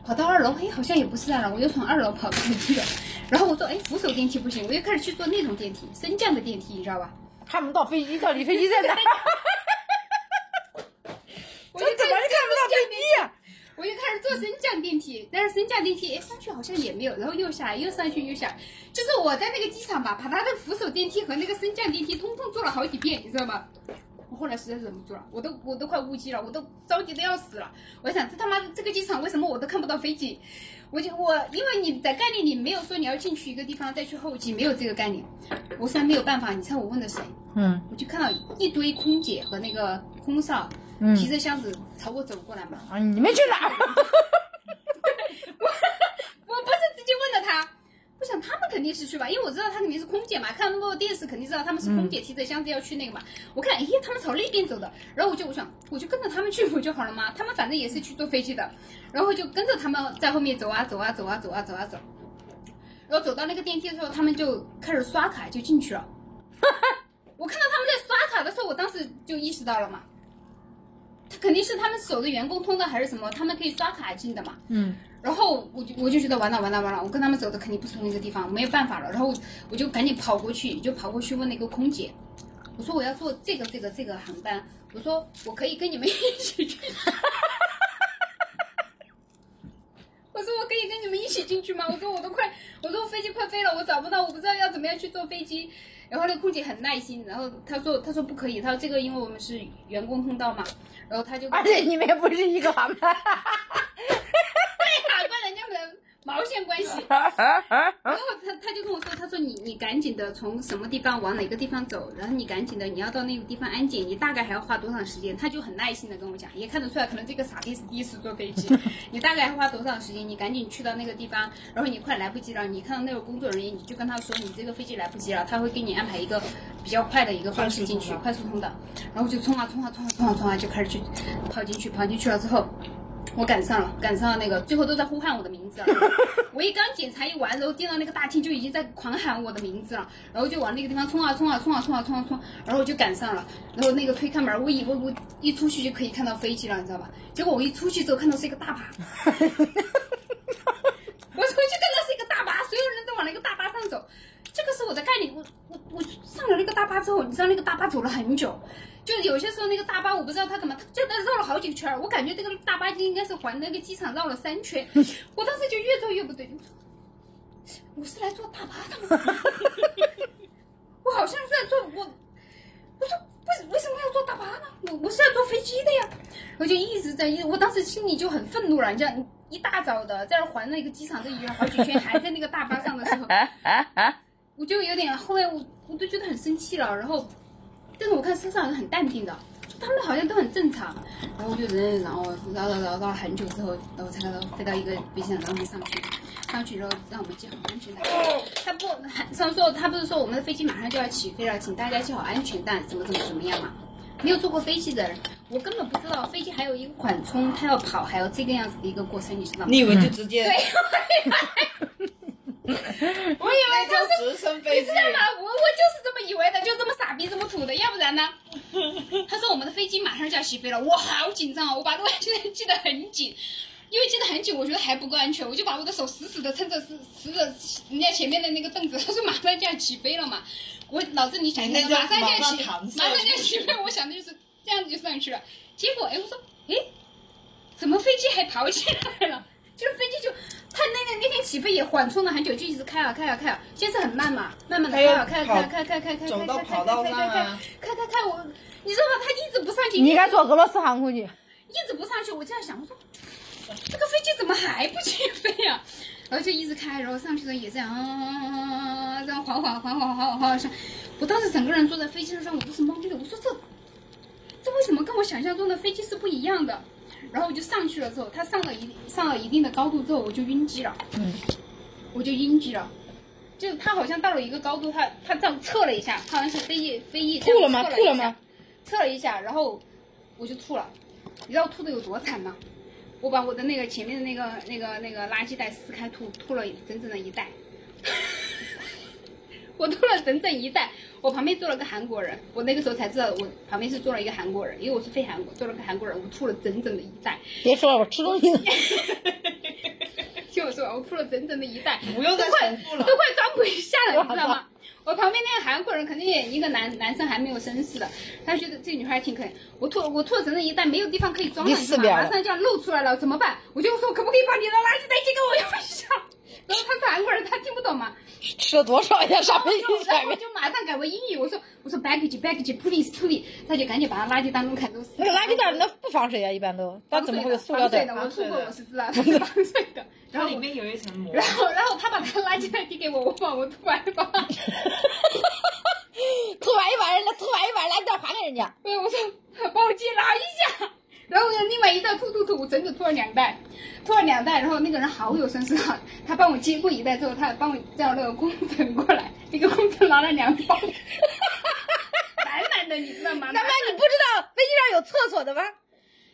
Speaker 2: 跑到二楼，哎，好像也不是那了，我又从二楼跑到一楼，然后我说，哎，扶手电梯不行，我又开始去坐那种电梯，升降的电梯，你知道吧？
Speaker 4: 看不到飞机，到底飞机在哪？
Speaker 2: 我
Speaker 4: 这
Speaker 2: 就
Speaker 4: 怎么就看不到飞机呀、
Speaker 2: 我就开始坐升降电梯，但是升降电梯，哎，上去好像也没有，然后又下来，又上去又下来，就是我在那个机场吧，把他的扶手电梯和那个升降电梯通通坐了好几遍，你知道吗？我后来实在是忍不住了，我都我都快误机了，我都着急的要死了。我想这他妈的这个机场为什么我都看不到飞机？我就我因为你在概念里没有说你要进去一个地方再去候机，没有这个概念。我实在没有办法，你猜我问的谁？
Speaker 1: (laughs)
Speaker 4: 嗯
Speaker 2: 我就看到一堆空姐和那个空少
Speaker 4: 嗯
Speaker 2: 提着箱子朝我走过来嘛。
Speaker 4: 啊，你们去
Speaker 1: (laughs)
Speaker 4: 哪儿？
Speaker 2: (laughs) 我不是直接问了他，我想他们肯定是去吧，因为我知道他肯定是空姐嘛，看那么多电视肯定知道他们是空姐提着箱子要去那个嘛。我看，哎，他们朝那边走的，然后我就我想我就跟着他们去不就好了吗？他们反正也是去坐飞机的，然后就跟着他们在后面走啊走啊走啊走啊走啊走。然后走到那个电梯的时候，他们就开始刷卡就进去了。 (laughs) 我看到他们在刷卡的时候，我当时就意识到了嘛，他肯定是他们守的员工通道还是什么，他们可以刷卡进的嘛。
Speaker 4: 嗯
Speaker 2: 然后我就我就觉得完了完了完了，我跟他们走的肯定不是同一个地方，没有办法了。然后我就赶紧跑过去，就跑过去问那个空姐，我说我要坐这个这个这个航班，我说我可以跟你们一起去。 (laughs) 我说我可以跟你们一起进去吗？我说我都快，我说飞机快飞了，我找不到，我不知道要怎么样去坐飞机。然后那个空姐很耐心，然后她说她说不可以，她说这个因为我们是员工通道嘛，然后她就
Speaker 4: 而且你们也不是一个航班。
Speaker 2: 打断人家的毛线关系。然后他他就跟我说，他说你你赶紧的从什么地方往哪个地方走，然后你赶紧的你要到那个地方安检，你大概还要花多长时间？他就很耐心的跟我讲，也看得出来，可能这个傻逼是第一次坐飞 (laughs) 机，你大概要花多长时间？你赶紧去到那个地方，然后你快来不及了，你看到那个工作人员，你就跟他说你这个飞机来不及了，他会给你安排一个比较快的一个方式进去，快速通道，然后就冲啊冲啊冲啊冲啊冲啊就开始去跑进去，跑进去了之后。我赶上了，赶上了那个，最后都在呼喊我的名字了。我一刚检查一完，然后进到那个大厅就已经在狂喊我的名字了，然后就往那个地方冲啊冲啊冲啊冲啊冲啊冲啊，然后我就赶上了，然后那个推开门，我以为我一出去就可以看到飞机了，你知道吧？结果我一出去之后看到是一个大巴，我出去看到是一个大巴，所有人都往那个大巴上走。这个是我的概念，我我我上了那个大巴之后，你知道那个大巴走了很久，就有些时候那个大巴我不知道它怎么，它真的绕了好几个圈儿，我感觉这个大巴就应该是环那个机场绕了三圈，我当时就越坐越不对劲，我是来坐大巴的吗？我 (laughs) 好像是在坐我，我说为什为什么要坐大巴呢？我我是要坐飞机的呀，我就一直在，我当时心里就很愤怒了，你知道，一大早的在那环那个机场这一圈好几圈，还在那个大巴上的时候。我就有点后面我我都觉得很生气了，然后，但是我看车上人很淡定的，就他们好像都很正常，然后我就忍忍忍，然后绕绕绕绕了很久之后，然后才到飞到一个飞机上，然后我们上去，上去之后让我们系好安全带。他不，上说他不是说我们的飞机马上就要起飞了，请大家系好安全带，怎么怎么怎么样嘛。没有坐过飞机的人，我根本不知道飞机还有一个缓冲，它要跑，还有这个样子的一个过程，你知道吗
Speaker 3: 你？以为就直接
Speaker 2: (laughs) 对，我以为它是
Speaker 3: 直升飞
Speaker 2: 你
Speaker 3: 机
Speaker 2: 知？道吗？我我就是这么以为的，就这么傻逼，这么土的，要不然呢？
Speaker 3: (laughs)
Speaker 2: 他说我们的飞机马上就要起飞了，我好紧张哦，我把这个现在系得很紧，因为系得很紧，我觉得还不够安全，我就把我的手死死的撑着，死死着人家前面的那个凳子。 (laughs) 他说马上就要起飞了嘛，我脑子里想
Speaker 3: 哎
Speaker 2: 的
Speaker 3: 那就
Speaker 2: 马上就要起，
Speaker 3: 马上搪
Speaker 2: 马
Speaker 3: 塞
Speaker 2: 上就要起
Speaker 3: (laughs)
Speaker 2: 飞，我想的就是这样子就上去了。结果哎，我说哎，怎么飞机还跑起来了？就是飞机就，它那那那天起飞也缓冲了很久，就一直开啊开啊开啊，先是很慢嘛，慢慢的开啊开啊开啊开啊开啊开啊开啊开啊开啊
Speaker 3: 走到
Speaker 2: 开啊
Speaker 3: 跑道上
Speaker 2: 开
Speaker 3: 啊
Speaker 2: 啊，开啊开啊开啊我，你知道吗？它一直不上去，
Speaker 4: 你应该坐俄罗斯航空去。
Speaker 2: 一直不上去，我这样想，我说这个飞机怎么还不起飞呀、然后就一直开，然后上去的也这样，啊，这样缓缓缓缓缓缓缓上。我当时整个人坐在飞机上，我都是懵逼的。我说这这为什么跟我想象中的飞机是不一样的？然后我就上去了之后，它上了一上了一定的高度之后，我就晕机了。
Speaker 1: 嗯，
Speaker 2: 我就晕机了。就它好像到了一个高度，它它这样测了一下，它好像是飞翼飞翼这
Speaker 1: 吐了
Speaker 2: 样
Speaker 1: 吗？
Speaker 2: 测
Speaker 1: 吐了
Speaker 2: 一下
Speaker 1: 吗？，
Speaker 2: 测了一下，然后我就吐了。你知道吐的有多惨吗？我把我的那个前面的那个那个那个垃圾袋撕开吐，吐了整整的一袋。 (laughs) 我吐了整整一袋。我旁边坐了个韩国人，我那个时候才知道我旁边是坐了一个韩国人，因为我是飞韩国，坐了个韩国人，我吐了整整的一袋。
Speaker 1: 别说了，我吃东西呢。
Speaker 2: 听我说完，我吐了整整的一袋，
Speaker 3: 不用再
Speaker 2: 都快
Speaker 3: 重复了
Speaker 2: 都快装不下了，你知道吗？我旁边那个韩国人肯定也一个男男生还没有绅士的，他觉得这女孩挺可怜。我吐我吐了整整一袋，没有地方可以装了，
Speaker 1: 你
Speaker 2: 你知道
Speaker 1: 死不了
Speaker 2: 吗？
Speaker 1: 了
Speaker 2: 马上就要露出来了，怎么办？我就说可不可以把你的垃圾袋借给我用一下？然后他是韩国人，他听不懂嘛，
Speaker 1: 吃了多少呀？上飞
Speaker 2: 然后
Speaker 1: (laughs) 机前
Speaker 2: 我
Speaker 1: 面，
Speaker 2: 就马上改为英语，我说我说 baggage baggage please please，他就赶紧把他垃圾当中看都撕
Speaker 1: 那
Speaker 2: 了。
Speaker 1: 个垃圾袋那不防水呀，一般都。那怎么会有塑料
Speaker 2: 袋？
Speaker 1: 袋？
Speaker 2: 防水的，我吐过，我是知道的，
Speaker 1: 水的
Speaker 2: 防水的。然
Speaker 3: 它
Speaker 2: 后
Speaker 3: 里
Speaker 2: 我
Speaker 3: 面有一层
Speaker 2: (laughs)
Speaker 3: 膜
Speaker 2: 然。后，然后他把他垃圾袋递给我，我把我吐完吧。 (laughs)
Speaker 1: (laughs) 吐完一碗，人家吐完一碗，垃圾袋还给人家。
Speaker 2: 对，我说帮我借拿一下。然后我就另外一袋吐吐吐，我整整吐了两袋，吐了两袋。然后那个人好有绅士啊，他帮我接过一袋之后，他帮我叫那个工程过来，那个工程拿了两 (laughs) 包，满满的，你知道吗？
Speaker 1: 大妈，你不知道飞机上有厕所的吗？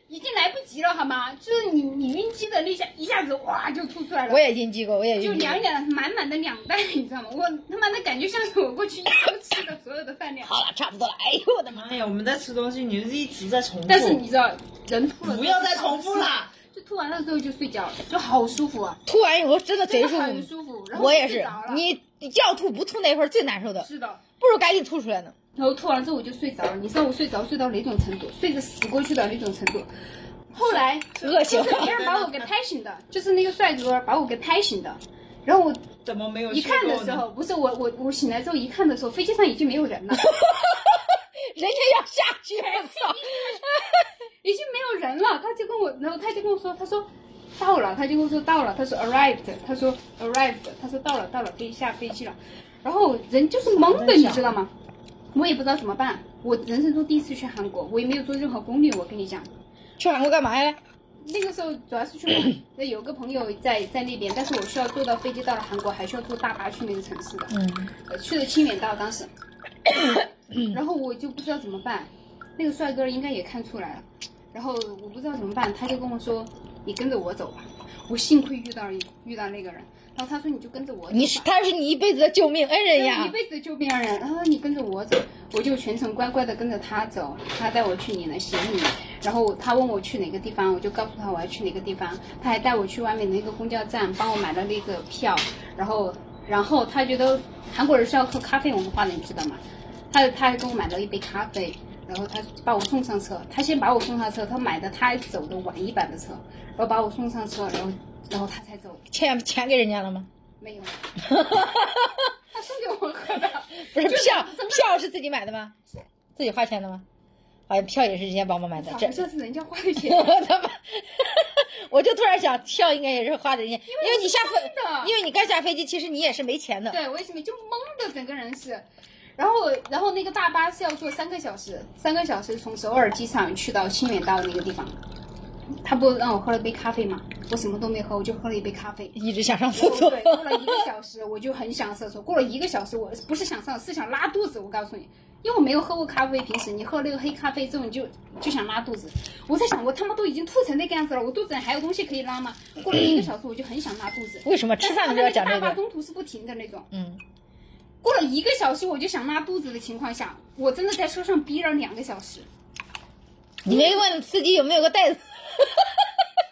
Speaker 2: 已经来不及了，好吗？就是你你晕机的那下一下子哇就吐出来了
Speaker 1: 我。也晕机过，我也
Speaker 2: 就
Speaker 1: 晕机过。
Speaker 2: 两两满满的两袋，你知道吗？我他妈的感觉像是我过去一周吃的所有的饭量。
Speaker 1: 好了，差不多了。哎呦我的妈！
Speaker 3: 哎呀，我们在吃东西，你就是一直在重复。
Speaker 2: 但是你知道，人吐了
Speaker 3: 不要再重复啦，
Speaker 2: 就吐完了之后就睡觉了，就好舒服啊，
Speaker 1: 吐完以后真的
Speaker 2: 真
Speaker 1: 贼
Speaker 2: 的
Speaker 1: 舒
Speaker 2: 很
Speaker 1: 服。
Speaker 2: 舒服。然后
Speaker 1: 我也
Speaker 2: 睡
Speaker 1: 是
Speaker 2: 着，了
Speaker 1: 你你要吐不吐那会儿最难受的，
Speaker 2: 是的。
Speaker 1: 不如赶紧吐出来呢。
Speaker 2: 然后吐完之后我就睡着了，你知道我睡着睡到哪种程度？睡个死过去的那种程度。后来
Speaker 1: 恶心
Speaker 2: 就是别人把我给拍醒的，就是那个帅哥把我给拍醒的。然后我
Speaker 3: 怎么没有
Speaker 2: 一
Speaker 3: 去
Speaker 2: 看的
Speaker 3: 过
Speaker 2: 时
Speaker 3: 呢
Speaker 2: 候，不是我我我醒来之后一看的时候，飞机上已经没有人了，
Speaker 1: 人家要下去，我操！
Speaker 2: 已经没有人了。他就跟我，然后他就跟我说，他说到了，他就跟我说到了，他说 arrived，他说 arrived，他说到了到了，可以下飞机了。然后人就是懵的，你知道吗？我也不知道怎么办。我人生中第一次去韩国，我也没有做任何攻略。我跟你讲，
Speaker 1: (laughs) 去韩国干嘛呀？
Speaker 2: 那个时候主要是去玩那有个朋友在在那边，但是我需要坐到飞机到了韩国，还需要坐大巴去那个城市的。
Speaker 1: 嗯，
Speaker 2: 呃去了清远道当时，然后我就不知道怎么办，那个帅哥应该也看出来了，然后我不知道怎么办，他就跟我说你跟着我走吧，我幸亏遇到一遇到那个人，然后他说你就跟着我走吧，
Speaker 1: 你是他是你一辈子的救命恩人
Speaker 2: 然后一
Speaker 1: 呀！
Speaker 2: 辈子救别人，然后你跟着我走，我就全程乖乖的跟着他走，他带我去领了行李，然后他问我去哪个地方，我就告诉他我要去哪个地方，他还带我去外面的一个公交站，帮我买了那个票，然后然后他觉得韩国人是要喝咖啡文化的，你知道吗？他他还给我买了一杯咖啡，然后他把我送上车，他先把我送上车，他买的他走的晚一班的车，然后把我送上车，然后然后他才走，
Speaker 1: 钱钱给人家了吗？ (laughs)
Speaker 2: 没有，他送给我喝的。
Speaker 1: 不是
Speaker 2: 就是
Speaker 1: 票
Speaker 2: 怎么
Speaker 1: 票是自己买的吗？自己花钱的吗？好像票也是人家帮忙买的。
Speaker 2: 好
Speaker 1: 这
Speaker 2: 像是人家 (laughs) 花的钱。
Speaker 1: (laughs) 我他妈！ (laughs) 我就突然想，票应该也是花的人家，因为你下
Speaker 2: 真的
Speaker 1: 飞，因为你刚下飞机，其实你也是没钱的。
Speaker 2: 对，我也是没就懵的，整个人是。然后，然后那个大巴是要坐三个小时，三个小时从首尔机场去到清远道那个地方。他不让我喝了杯咖啡嘛，我什么都没喝，我就喝了一杯咖啡。
Speaker 1: 一直想上厕所
Speaker 2: 对，，过了一个小时，我就很想上厕所。过了一个小时，我不是想上，是想拉肚子。我告诉你，因为我没有喝过咖啡，平时你喝那个黑咖啡之后，你就就想拉肚子。我在想，我他妈都已经吐成那个样子了，我肚子里还有东西可以拉吗？过了一个小时，我就很想拉肚子。
Speaker 1: (laughs) 为什么吃
Speaker 2: 但
Speaker 1: 饭
Speaker 2: 是
Speaker 1: 的时候要
Speaker 2: 他那个
Speaker 1: 讲
Speaker 2: 大
Speaker 1: 这
Speaker 2: 巴
Speaker 1: 个？
Speaker 2: 中途是不停的那种。
Speaker 1: 嗯，
Speaker 2: 过了一个小时，我就想拉肚子的情况下，我真的在车上憋了两个小时，
Speaker 1: 你没问司机有没有个袋子？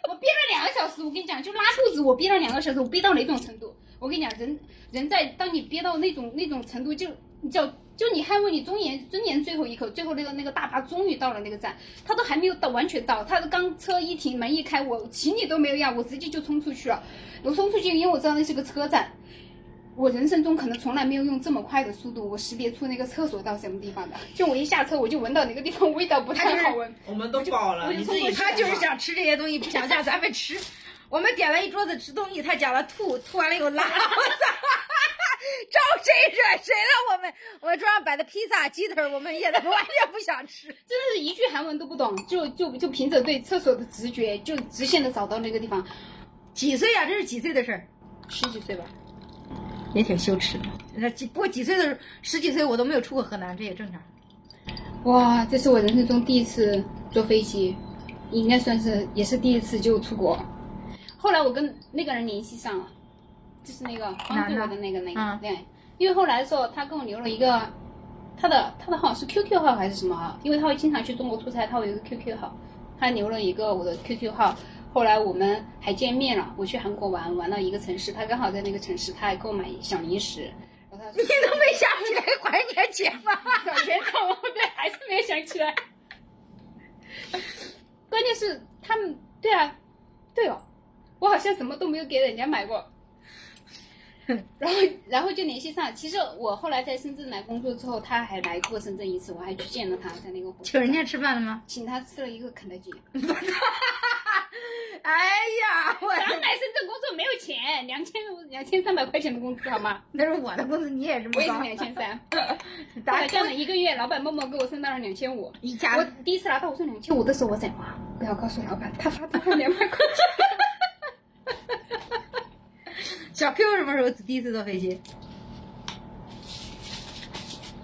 Speaker 2: 我憋了两个小时。我跟你讲，就拉肚子，我憋了两个小时，我憋到哪种程度？我跟你讲，人人在当你憋到那种那种程度，就你叫就你捍卫你尊严尊严最后一口，最后那个那个大巴终于到了那个站，他都还没有到完全到，他都刚车一停门一开，我行李都没有压，我直接就冲出去了。我冲出去，因为我知道那是个车站。我人生中可能从来没有用这么快的速度，我识别出那个厕所到什么地方的。就我一下车，我就闻到哪个地方味道不太好闻。
Speaker 3: 我们都饱了，
Speaker 2: 我就
Speaker 4: (laughs)
Speaker 3: 你自己
Speaker 2: 他
Speaker 3: 吃吧
Speaker 4: 想吃这些东西，不想让咱们 (laughs) 吃。我们点了一桌子吃东西，他讲了吐，吐完了以后拉，我操！
Speaker 1: 招谁惹谁了？我们我们桌上摆的披萨、鸡腿，我
Speaker 4: (laughs)
Speaker 1: 们也完全不想吃。
Speaker 2: 真的是一句韩文都不懂，就就就凭着对厕所的直觉，就直线的找到那个地方。
Speaker 4: 几岁呀、啊这是几岁的事儿，
Speaker 2: 十几岁吧，
Speaker 4: 也挺羞耻的。那几不过几岁的时候十几岁我都没有出过河南，这也正常。 (laughs)
Speaker 2: 哇，这是我人生中第一次坐飞机，应该算是也是第一次就出国。后来我跟那个人联系上了，就是那个帮助我的那个那个
Speaker 4: 嗯
Speaker 2: 对，因为后来的时候他跟我留了一个他的他的号是 QQ 号还是什么号？因为他会经常去中国出差，他会有一个 QQ 号，他留了一个我的 QQ 号。后来我们还见面了，我去韩国玩，玩到一个城市，他刚好在那个城市，他还购买小零食。然后他
Speaker 1: 你
Speaker 2: 说
Speaker 1: 都没想起来还你钱吗？
Speaker 2: 找钱找我，对，还是没有想起来。 (laughs) 关键是他们，对啊，对哦，我好像什么都没有给人家买过。然后，然后就联系上。其实我后来在深圳来工作之后，他还来过深圳一次，我还去见了他，在那个火车
Speaker 4: 请
Speaker 2: 站
Speaker 4: 人家吃饭了 (laughs) 吗？
Speaker 2: 请他吃了一个肯德基。
Speaker 1: 哎呀，我
Speaker 2: 刚来深圳工作没有钱，两千两千三百块钱的工资好吗？
Speaker 4: 那是我的工资，你也是
Speaker 2: 我
Speaker 4: 不
Speaker 2: 也是
Speaker 4: 高。
Speaker 2: 两千三，我
Speaker 4: 打
Speaker 2: 还干了一个月，老板默默给我升到了两千五。
Speaker 4: 一家
Speaker 2: 我第一次拿到我说两千五的时候，我想哇，不要告诉老板，他发多少两百块钱。 (laughs)
Speaker 4: 小 Q 什么时候第一次坐飞机？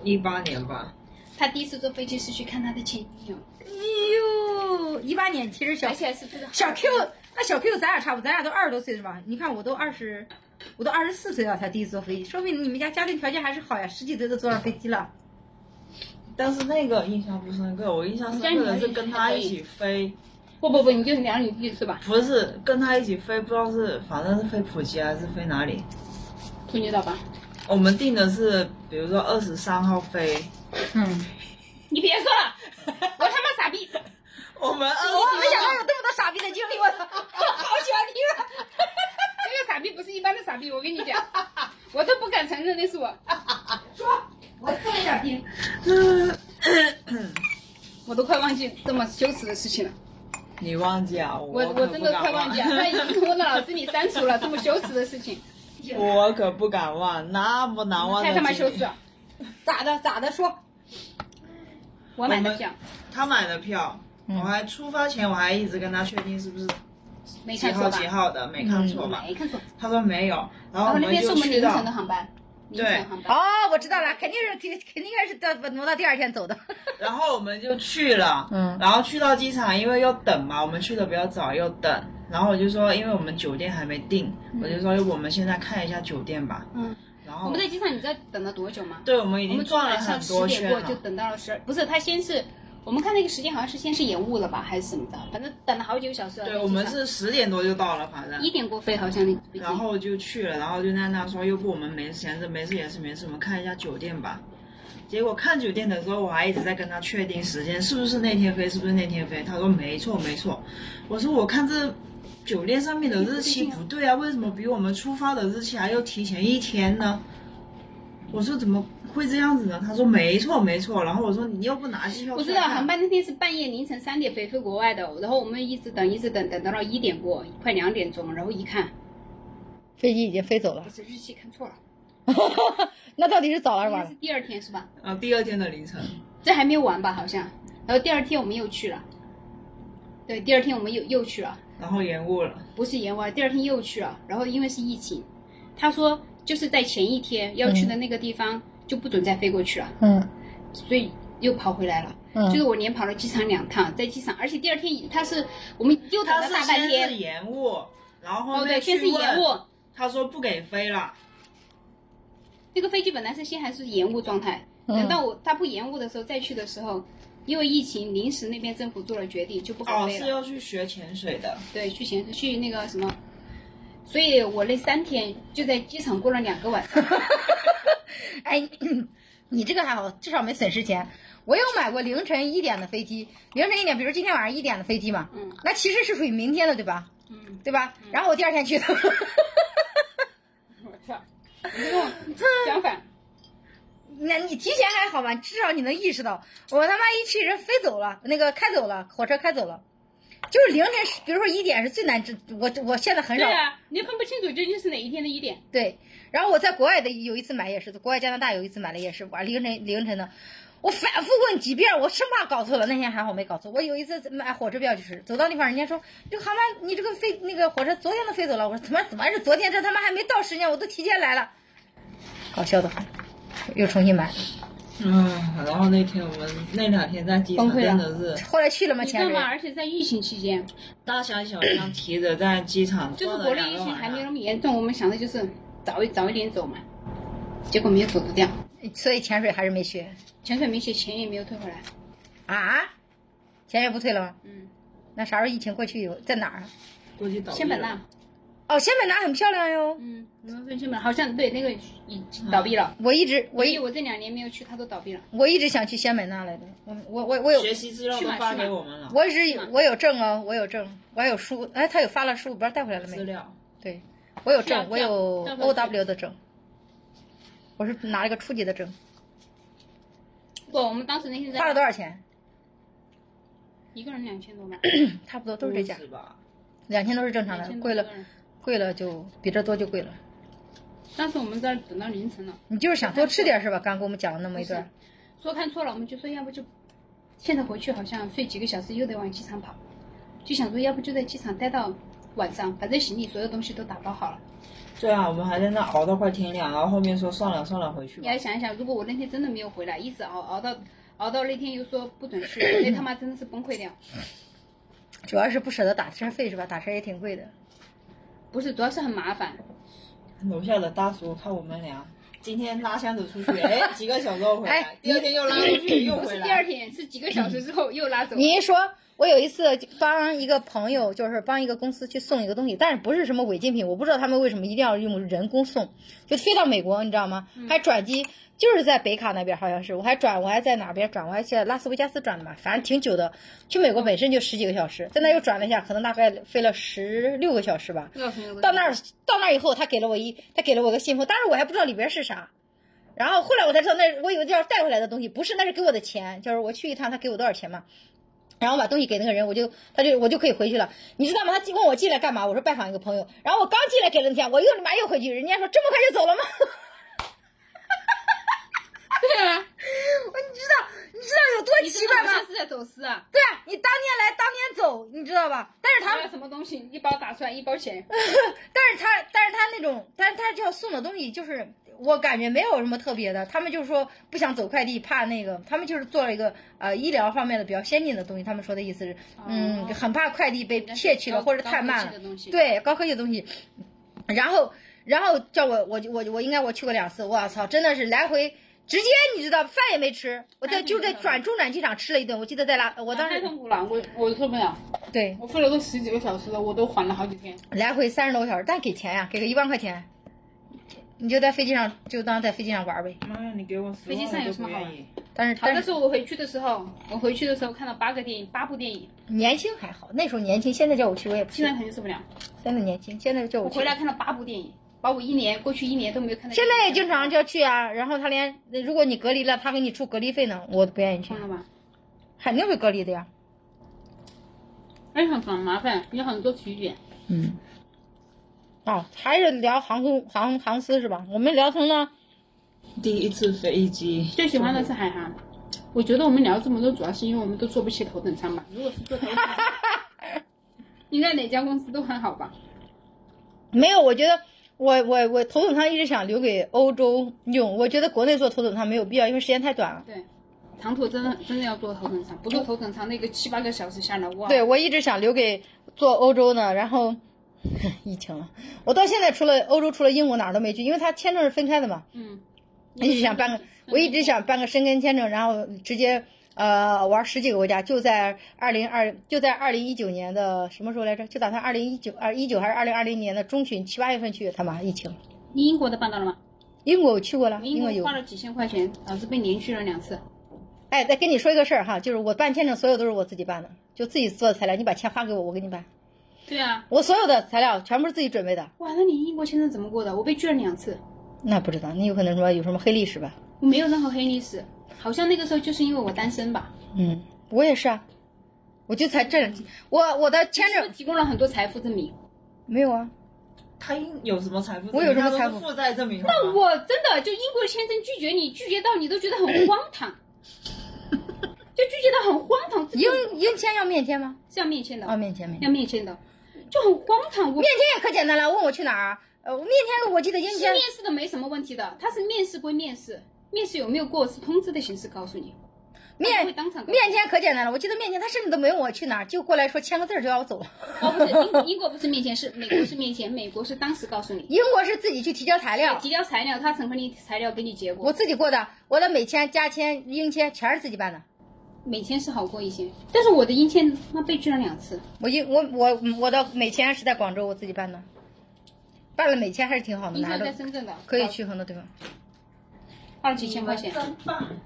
Speaker 3: 一八年吧，
Speaker 2: 他第一次坐飞机是去看他的前女友，
Speaker 4: 哎呦，一八年其哎实小
Speaker 2: 而且还是非常
Speaker 4: 小 Q，那小 Q 咱俩差不多，咱俩都二十多岁是吧？你看我都二十，我都二十四岁了才第一次坐飞机，说明你们家家庭条件还是好呀，十几岁都坐上飞机了。
Speaker 3: 但是那个印象不深刻，我印象深刻的是跟他一起飞，
Speaker 2: 不不不，你就聊你自己是吧？
Speaker 3: 不是跟他一起飞，不知道是反正是飞普吉还是飞哪里。
Speaker 2: 处女岛吧？
Speaker 3: 我们定的是，比如说二十三号飞，
Speaker 4: 嗯，
Speaker 2: 你别说了， (laughs) 我他妈傻逼！
Speaker 3: 我们
Speaker 4: 我没
Speaker 3: 二
Speaker 4: 想到有这么多傻逼的经历，我操！
Speaker 2: 好喜欢听啊！ (laughs) 这个傻逼不是一般的傻逼，我跟你讲，我都不敢承认那是我，
Speaker 4: (laughs) 我特别想听。
Speaker 2: 我都快忘记这么羞耻的事情了。
Speaker 3: 你忘记啊？
Speaker 2: 我
Speaker 3: 我
Speaker 2: 我真的快忘 (laughs) 记了，他已经从我脑子里删除了这么羞耻的事情，
Speaker 3: 我可不敢忘，那么难忘的
Speaker 2: 太
Speaker 3: 经历。
Speaker 2: 他妈羞耻了！
Speaker 4: 咋的？咋的？说。
Speaker 2: 我买的票，
Speaker 3: 他买的票，
Speaker 2: 嗯
Speaker 3: 我还出发前我还一直跟他确定是不是
Speaker 2: 没
Speaker 3: 几
Speaker 2: 看
Speaker 3: 号
Speaker 2: 错吧？嗯
Speaker 3: 几号的，没看错吧？
Speaker 2: 没看错。
Speaker 3: 他说没有，然后
Speaker 2: 然后
Speaker 3: 我
Speaker 2: 那边是
Speaker 3: 就
Speaker 2: 我们
Speaker 3: 去
Speaker 2: 凌
Speaker 3: 到
Speaker 2: 晨的航班，凌
Speaker 3: 对
Speaker 2: 晨航班。
Speaker 4: 哦，我知道了，肯定是肯肯定应该是到挪到第二天走的。
Speaker 3: 然后我们就去了，嗯，然后去到机场，因为要等嘛，我们去的比较早，要等。然后我就说，因为我们酒店还没定，我就说我们现在看一下酒店吧。
Speaker 2: 嗯，
Speaker 3: 然后
Speaker 2: 我们在机场，你知道等了多久吗？
Speaker 3: 对我们已
Speaker 2: 我
Speaker 3: 经
Speaker 2: 们
Speaker 3: 转了
Speaker 2: 晚上
Speaker 3: 很
Speaker 2: 十
Speaker 3: 多
Speaker 2: 点
Speaker 3: 圈
Speaker 2: 过
Speaker 3: 了
Speaker 2: 就，等到了十二，不是他先是我们看那个时间好像是先是延误了吧，还是怎么着？反正等了好几个小时了。
Speaker 3: 对我们是十点多就到了，反正
Speaker 2: 一点过飞，好像那个飞机。
Speaker 3: 然后就去了，然后就在那说，要不我们没闲着，没事也是没事，我们看一下酒店吧。结果看酒店的时候，我还一直在跟他确定时间是不是那天飞，是不是那天飞。他说没错没错。我说我看这酒店上面的日期不对啊，为什么比我们出发的日期还要提前一天呢？我说怎么会这样子呢？他说没错没错。然后我说你要不拿机票
Speaker 2: 我
Speaker 3: 看看？
Speaker 2: 知道航班那天是半夜凌晨三点飞飞国外的，然后我们一直等一直等，等到了一点过，快两点钟，然后一看，
Speaker 4: (laughs) 飞机已经飞走了
Speaker 2: 不，是日期看错了，
Speaker 4: 那到底是早还
Speaker 2: 应该是？第二天是吧？
Speaker 3: 啊，第二天的凌晨。
Speaker 2: 这还没完吧？好像，然后第二天我们又去了，对，第二天我们又又去了，
Speaker 3: 然后延误了，
Speaker 2: 不是延完，第二天又去了，然后因为是疫情，他说就是在前一天要去的那个地方、就不准再飞过去了，
Speaker 4: 嗯
Speaker 2: 所以又跑回来了。就
Speaker 4: 嗯，
Speaker 2: 是我连跑了机场两趟，在机场，而且第二天他是我们又等
Speaker 3: 他
Speaker 2: 了
Speaker 3: 是
Speaker 2: 大半
Speaker 3: 先是
Speaker 2: 天，
Speaker 3: 延误，然后
Speaker 2: 哦
Speaker 3: 后
Speaker 2: 对，
Speaker 3: 面
Speaker 2: 先是
Speaker 3: 去问
Speaker 2: 延误，
Speaker 3: 他说不给飞了，
Speaker 2: 那个飞机本来是先还是延误状态，等到我他不延误的时候再去的时候，因为疫情临时那边政府做了决定，就不给
Speaker 3: 哦，
Speaker 2: 飞了
Speaker 3: 是。要去学潜水的。
Speaker 2: 对，去潜去那个什么，所以我那三天就在机场过了两个晚上。
Speaker 4: (laughs) 哎，你这个还好，至少没损失钱。我有买过凌晨一点的飞机，凌晨一点，比如今天晚上一点的飞机嘛，
Speaker 2: 嗯
Speaker 4: 那其实是属于明天的，对吧？
Speaker 2: 嗯，
Speaker 4: 对吧？然后我第二天
Speaker 2: (laughs)
Speaker 4: 去的，
Speaker 2: 我操，你跟我相反，
Speaker 4: 那你提前还好吧？至少你能意识到，我他妈一去人飞走了，那个开走了，火车开走了，
Speaker 1: 就是凌晨，比如说一点是最难知，我我现在很
Speaker 2: 对
Speaker 1: 少
Speaker 2: 啊，你分不清楚究竟是哪一天的一点。
Speaker 1: 对，然后我在国外的有一次买夜市，国外加拿大有一次买了夜市，哇，凌晨凌晨的，我反复问几遍，我生怕搞错了。那天还好没搞错。我有一次买火车票就是走到地方，人家说这个航班你这个飞那个火车昨天都飞走了，我说怎么怎么是昨天？这他妈还没到时间，我都提前来了，搞笑的很，又重新买。
Speaker 3: 嗯，然后那天我们那两天在机场
Speaker 5: 崩溃了
Speaker 3: 真的是
Speaker 1: 后来去了吗？
Speaker 2: 你
Speaker 1: 前
Speaker 2: 知道
Speaker 1: 瑞
Speaker 2: 吗？，而且在疫情期间，
Speaker 3: 大箱小箱提着在机
Speaker 2: (clears throat)
Speaker 3: 场
Speaker 2: 就是
Speaker 3: 转了
Speaker 2: 国内
Speaker 3: 两
Speaker 2: 疫
Speaker 3: 个
Speaker 2: 情
Speaker 3: 晚
Speaker 2: 还没有那
Speaker 3: 上。
Speaker 2: 么严重，我们想的就是早一早一点走嘛，结果没有走得掉，
Speaker 1: 所以潜水还是没去
Speaker 2: 潜水没学，钱也没有退回来。
Speaker 1: 啊？潜水不退了吗？
Speaker 2: 嗯，
Speaker 1: 那啥时候疫情过去以后在哪儿啊？
Speaker 3: 估计倒闭
Speaker 2: 仙本
Speaker 3: 了
Speaker 2: 那，，
Speaker 1: 哦，仙本那很漂亮哟。
Speaker 2: 嗯，我们分仙本那好像对那个已经倒闭了，
Speaker 1: 我一直我
Speaker 2: 所
Speaker 1: 一
Speaker 2: 以我这两年没有去，它都倒闭了。
Speaker 1: 我一直想去仙本那来的，我我我我有，
Speaker 3: 学习资料
Speaker 2: 去
Speaker 3: 都
Speaker 2: 买
Speaker 3: 发
Speaker 2: 去
Speaker 3: 给
Speaker 2: 买
Speaker 3: 我们了，
Speaker 1: 我只有我有证哦，我有证，我还有书，哎，他有发了书，我不知道带回来了
Speaker 3: 资
Speaker 1: 没？
Speaker 3: 料。
Speaker 1: 对，我有
Speaker 2: 是
Speaker 1: 证，
Speaker 2: 啊是啊
Speaker 1: 我有
Speaker 2: 带回
Speaker 1: O
Speaker 2: 来
Speaker 1: W 的证，我是拿了个初级的证，
Speaker 2: 不，我们当时那天在
Speaker 1: 花了多少钱？ (clears throat)
Speaker 2: 一个人两千多吧，
Speaker 1: 差不多都是这价
Speaker 3: 不，止吧？
Speaker 1: 两千都是正常
Speaker 2: 两
Speaker 1: 的，
Speaker 2: 千多
Speaker 1: 贵
Speaker 2: 一
Speaker 1: 了
Speaker 2: 个人。
Speaker 1: 贵了就比这多就贵了。
Speaker 2: 当时我们在等到凌晨了，
Speaker 1: 你就是想多吃点是吧？刚给我们讲了那么一段，
Speaker 2: 说看错了，我们就说要不就现在回去，好像睡几个小时又得往机场跑，就想说要不就在机场待到晚上，反正行李所有东西都打包好了。
Speaker 3: 对啊，我们还在那熬到快天亮，然后后面说算了算了，回去
Speaker 2: 你
Speaker 3: 吧
Speaker 2: 要。想一想，如果我那天真的没有回来，一直熬熬到熬到那天又说不准去，那他妈真的是崩溃掉。
Speaker 1: 主要是不舍得打车费是吧？打车也挺贵的。
Speaker 2: 不是，主要是很麻烦。
Speaker 3: 楼下的大叔看我们俩今天拉箱子出去，哎，几个小时后回来
Speaker 1: 哎，
Speaker 3: 第二天又拉出去又
Speaker 2: 不
Speaker 3: 回
Speaker 2: 是第二
Speaker 3: 来。
Speaker 2: 天，是几个小时之后又拉走。
Speaker 1: 你一说，我有一次帮一个朋友，就是帮一个公司去送一个东西，但是不是什么违禁品，我不知道他们为什么一定要用人工送，就飞到美国，你知道吗？还转机，就是在北卡那边好像是，我还转，我还在哪边转，我还去拉斯维加斯转的嘛，反正挺久的。去美国本身就十几个小时，在那又转了一下，可能大概飞了十六个小时吧。到那儿到那儿以后，他给了我一他给了我个信封，当时我还不知道里边是啥。然后后来我才知道那是，我以为这是带回来的东西，不是，那是给我的钱，就是我去一趟，他给我多少钱嘛。然后我把东西给那个人，我就他就我就可以回去了，你知道吗？他进问我进来干嘛？我说拜访一个朋友。然后我刚进来给了他钱，我又立马又回去，人家说这么快就走了吗？ (laughs)
Speaker 2: 对啊，
Speaker 1: 我你知道你知道有多
Speaker 2: 你
Speaker 1: 奇
Speaker 2: 真
Speaker 1: 怪
Speaker 2: 的好
Speaker 1: 吗
Speaker 2: 像？是在走私啊！
Speaker 1: 对啊，你当年来当年走，你知道吧？但是他
Speaker 2: 拿了什么东西？一包打出来，一包钱。
Speaker 1: 但是他，但是他那种，但是他这样送的东西，就是我感觉没有什么特别的。他们就是说不想走快递，怕那个，他们就是做了一个呃医疗方面的比较先进的东西。他们说的意思是，嗯，很怕快递被窃取了或者太慢
Speaker 2: 哦高科技
Speaker 1: 了
Speaker 2: 的，东西。
Speaker 1: 对高科技的东西。然后，然后叫我，我我我应该我去过两次，我操，真的是来回。直接你知道饭也没吃，我在就在转中转机场吃了一顿，我记得在拉，我
Speaker 2: 我
Speaker 1: 当
Speaker 2: 太
Speaker 1: 时
Speaker 2: 痛苦了，我我受不了，
Speaker 1: 对
Speaker 2: 我飞了都十几个小时了，我都缓了好几天。
Speaker 1: 来回三十多个小时，但给钱呀、给个一万块钱，你就在飞机上就当在飞机上玩呗。
Speaker 3: 妈呀，你给我十
Speaker 2: 飞机上
Speaker 3: 万
Speaker 2: 有
Speaker 3: 我
Speaker 2: 什
Speaker 3: 都
Speaker 2: 么
Speaker 3: 不
Speaker 2: 好玩
Speaker 3: 愿意。
Speaker 1: 但是
Speaker 2: 好，
Speaker 1: 但
Speaker 2: 那
Speaker 1: 是
Speaker 2: 时候我回去的时候，我回去的时候看了八个电影，八部电影，
Speaker 1: 年轻还好，那时候年轻，现在叫我去我也不去
Speaker 2: 现在。肯定受不了。
Speaker 1: 现在年轻，现在叫
Speaker 2: 我
Speaker 1: 我去
Speaker 2: 回，来看了八部电影，把我一年过去一年都没有看到。
Speaker 1: 现在也经常就要去啊。然后他连如果你隔离了，他给你出隔离费呢，我都不愿意去
Speaker 2: 看，了吧，
Speaker 1: 肯定会隔离的呀。
Speaker 2: 而且哎很烦麻烦，有很多体检。
Speaker 1: 嗯。哦，还是聊航空航航司是吧？我们聊成了，
Speaker 3: 第一次飞机，
Speaker 2: 最喜欢的是海航。我觉得我们聊这么多，主要是因为我们都坐不起头等舱吧。如果是坐头等舱，应该哪家公司都还好吧？
Speaker 1: 没有，我觉得我我我头等舱一直想留给欧洲用，我觉得国内坐头等舱没有必要，因为时间太短了。
Speaker 2: 对，长途真的真的要坐头等舱，不坐头等舱那个七八个小时下来，哇！
Speaker 1: 对，我一直想留给做欧洲呢，然后 (laughs) 疫情了，我到现在除了欧洲，除了英国哪儿都没去，因为它签证是分开的嘛。
Speaker 2: 嗯，
Speaker 1: 一直想办个，我一直想办个申根签证，然后直接呃玩十几个国家，就在二零二就在二零一九年的什么时候来着？就打算二零一九二一九还是二零二零年的中旬七八月份去，他妈疫情。
Speaker 2: 你英国的办到了吗？
Speaker 1: 英国我去过了，
Speaker 2: 我
Speaker 1: 英国有
Speaker 2: 花。了几千块钱，导致被连续了两次。
Speaker 1: 哎，再跟你说一个事儿哈，就是我办签证所有都是我自己办的，就自己做的材料，你把钱发给我，我给你办。
Speaker 2: 对啊，
Speaker 1: 我所有的材料全部是自己准备的。
Speaker 2: 哇，那你英国签证怎么过的？我被拒了两次，
Speaker 1: 那不知道，那有可能说有什么黑历史吧？
Speaker 2: 我没有任何黑历史，好像那个时候就是因为我单身吧。
Speaker 1: 嗯，我也是啊，我就才这两天，我我的签
Speaker 2: 是
Speaker 1: 证
Speaker 2: 不是提供了很多财富证明。
Speaker 1: 没有啊，
Speaker 3: 他应有什么财富？
Speaker 1: 我有什么财富
Speaker 3: 他都是负债证明？那
Speaker 2: 我真的就英国的签证拒绝你，拒绝到你都觉得很荒唐，就拒绝到很荒唐。这
Speaker 1: 英
Speaker 2: 个
Speaker 1: 英签要面签吗？
Speaker 2: 是要面签的，
Speaker 1: 哦，面签面签，
Speaker 2: 要面签的，就很荒唐。我
Speaker 1: 面签也可简单了，问我去哪儿啊？呃，面签我记得英
Speaker 2: 是
Speaker 1: 签
Speaker 2: 面试的没什么问题的，他是面试归面试，面试有没有过是通知的形式告诉你，哦他不会
Speaker 1: 面
Speaker 2: 当场告诉你
Speaker 1: 面签可简单了，我记得面签他甚至都没问我去哪儿，就过来说签个字儿就要我走。
Speaker 2: 哦，不是英英国不是面签，是美国是面签，美国是当时告诉你
Speaker 1: 英国是自己去提交材料，
Speaker 2: 提交材料，他审核你材料给你结果。
Speaker 1: 我自己过的，我的美签、加签、英签全是自己办的。
Speaker 2: 美签是好过一些，但是我的英签他妈被拒了两次，
Speaker 1: 我英我我我的美签是在广州我自己办的，办了美签还是挺好的，
Speaker 2: 英
Speaker 1: 拿
Speaker 2: 签
Speaker 1: 着
Speaker 2: 在深圳的，
Speaker 1: 可以去嗯很多
Speaker 2: 哦
Speaker 1: 地方。
Speaker 2: 花了几
Speaker 3: 嗯
Speaker 2: 千块钱，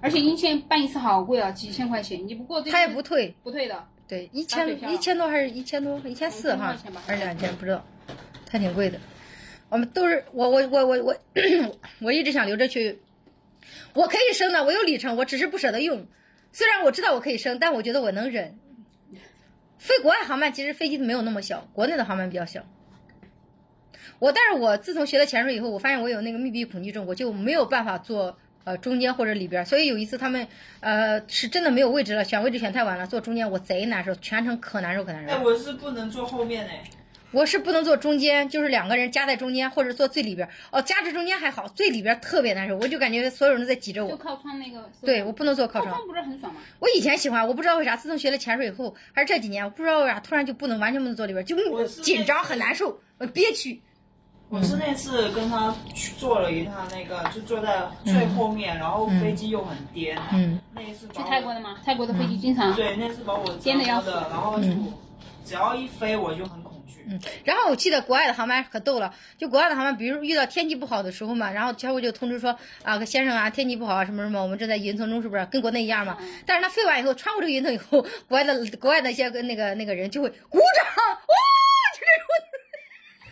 Speaker 2: 而且英签办一次好贵啊，几千块钱，你不过这
Speaker 1: 嗯他也不退，
Speaker 2: 不退的，
Speaker 1: 对，一
Speaker 2: 打水
Speaker 1: 千
Speaker 2: 漂
Speaker 1: 一千多还是一千多，一千四
Speaker 2: 2000
Speaker 1: 哈
Speaker 2: 块钱吧，
Speaker 1: 还是两千不知道，他挺贵的。我们都是我我我我 (coughs) 我我一直想留着去，我可以升的，我有里程，我只是不舍得用。虽然我知道我可以升，但我觉得我能忍。飞国外航班其实飞机没有那么小，国内的航班比较小。我但是我自从学了潜水以后，我发现我有那个密闭恐惧症，我就没有办法坐呃中间或者里边儿。所以有一次他们呃是真的没有位置了，选位置选太晚了，坐中间我贼难受，全程可难受可难
Speaker 3: 哎，
Speaker 1: 受。
Speaker 3: 我是不能坐后面哎，
Speaker 1: 我是不能坐中间，就是两个人夹在中间，或者坐最里边儿。哦，夹着中间还好，最里边儿特别难受，我就感觉所有人都在挤着
Speaker 2: 就
Speaker 1: 我。
Speaker 2: 靠窗那个。
Speaker 1: 对，我不能坐靠
Speaker 2: 靠
Speaker 1: 窗。
Speaker 2: 窗不是很爽吗？
Speaker 1: 我以前喜欢，我不知道为啥，自从学了潜水以后，还是这几年，我不知道为啥突然就不能完全不能坐里边儿，就
Speaker 3: 我
Speaker 1: (laughs)
Speaker 3: 是
Speaker 1: 紧张很难受，我憋屈。
Speaker 3: 我是那次跟他去坐了一趟那个，就坐在最后面，然后飞机又很颠。啊
Speaker 1: 嗯，
Speaker 3: 那一次把
Speaker 2: 去
Speaker 3: 我
Speaker 2: 泰国的吗？泰国的飞机经常
Speaker 3: 对，那次把我
Speaker 2: 颠得要死嗯
Speaker 3: 折磨然后就只要一飞我就很恐惧。
Speaker 1: 然后我记得国外的航班可逗了，就国外的航班，比如遇到天气不好的时候嘛，然后他会就通知说啊，先生啊，天气不好啊，什么什么，我们正在云层中，是不是啊跟国内一样嘛？
Speaker 3: 嗯
Speaker 1: 但是他飞完以后，穿过这个云层以后，国外的国外的一些个那个那个人就会鼓掌， (laughs) 哇，就这种。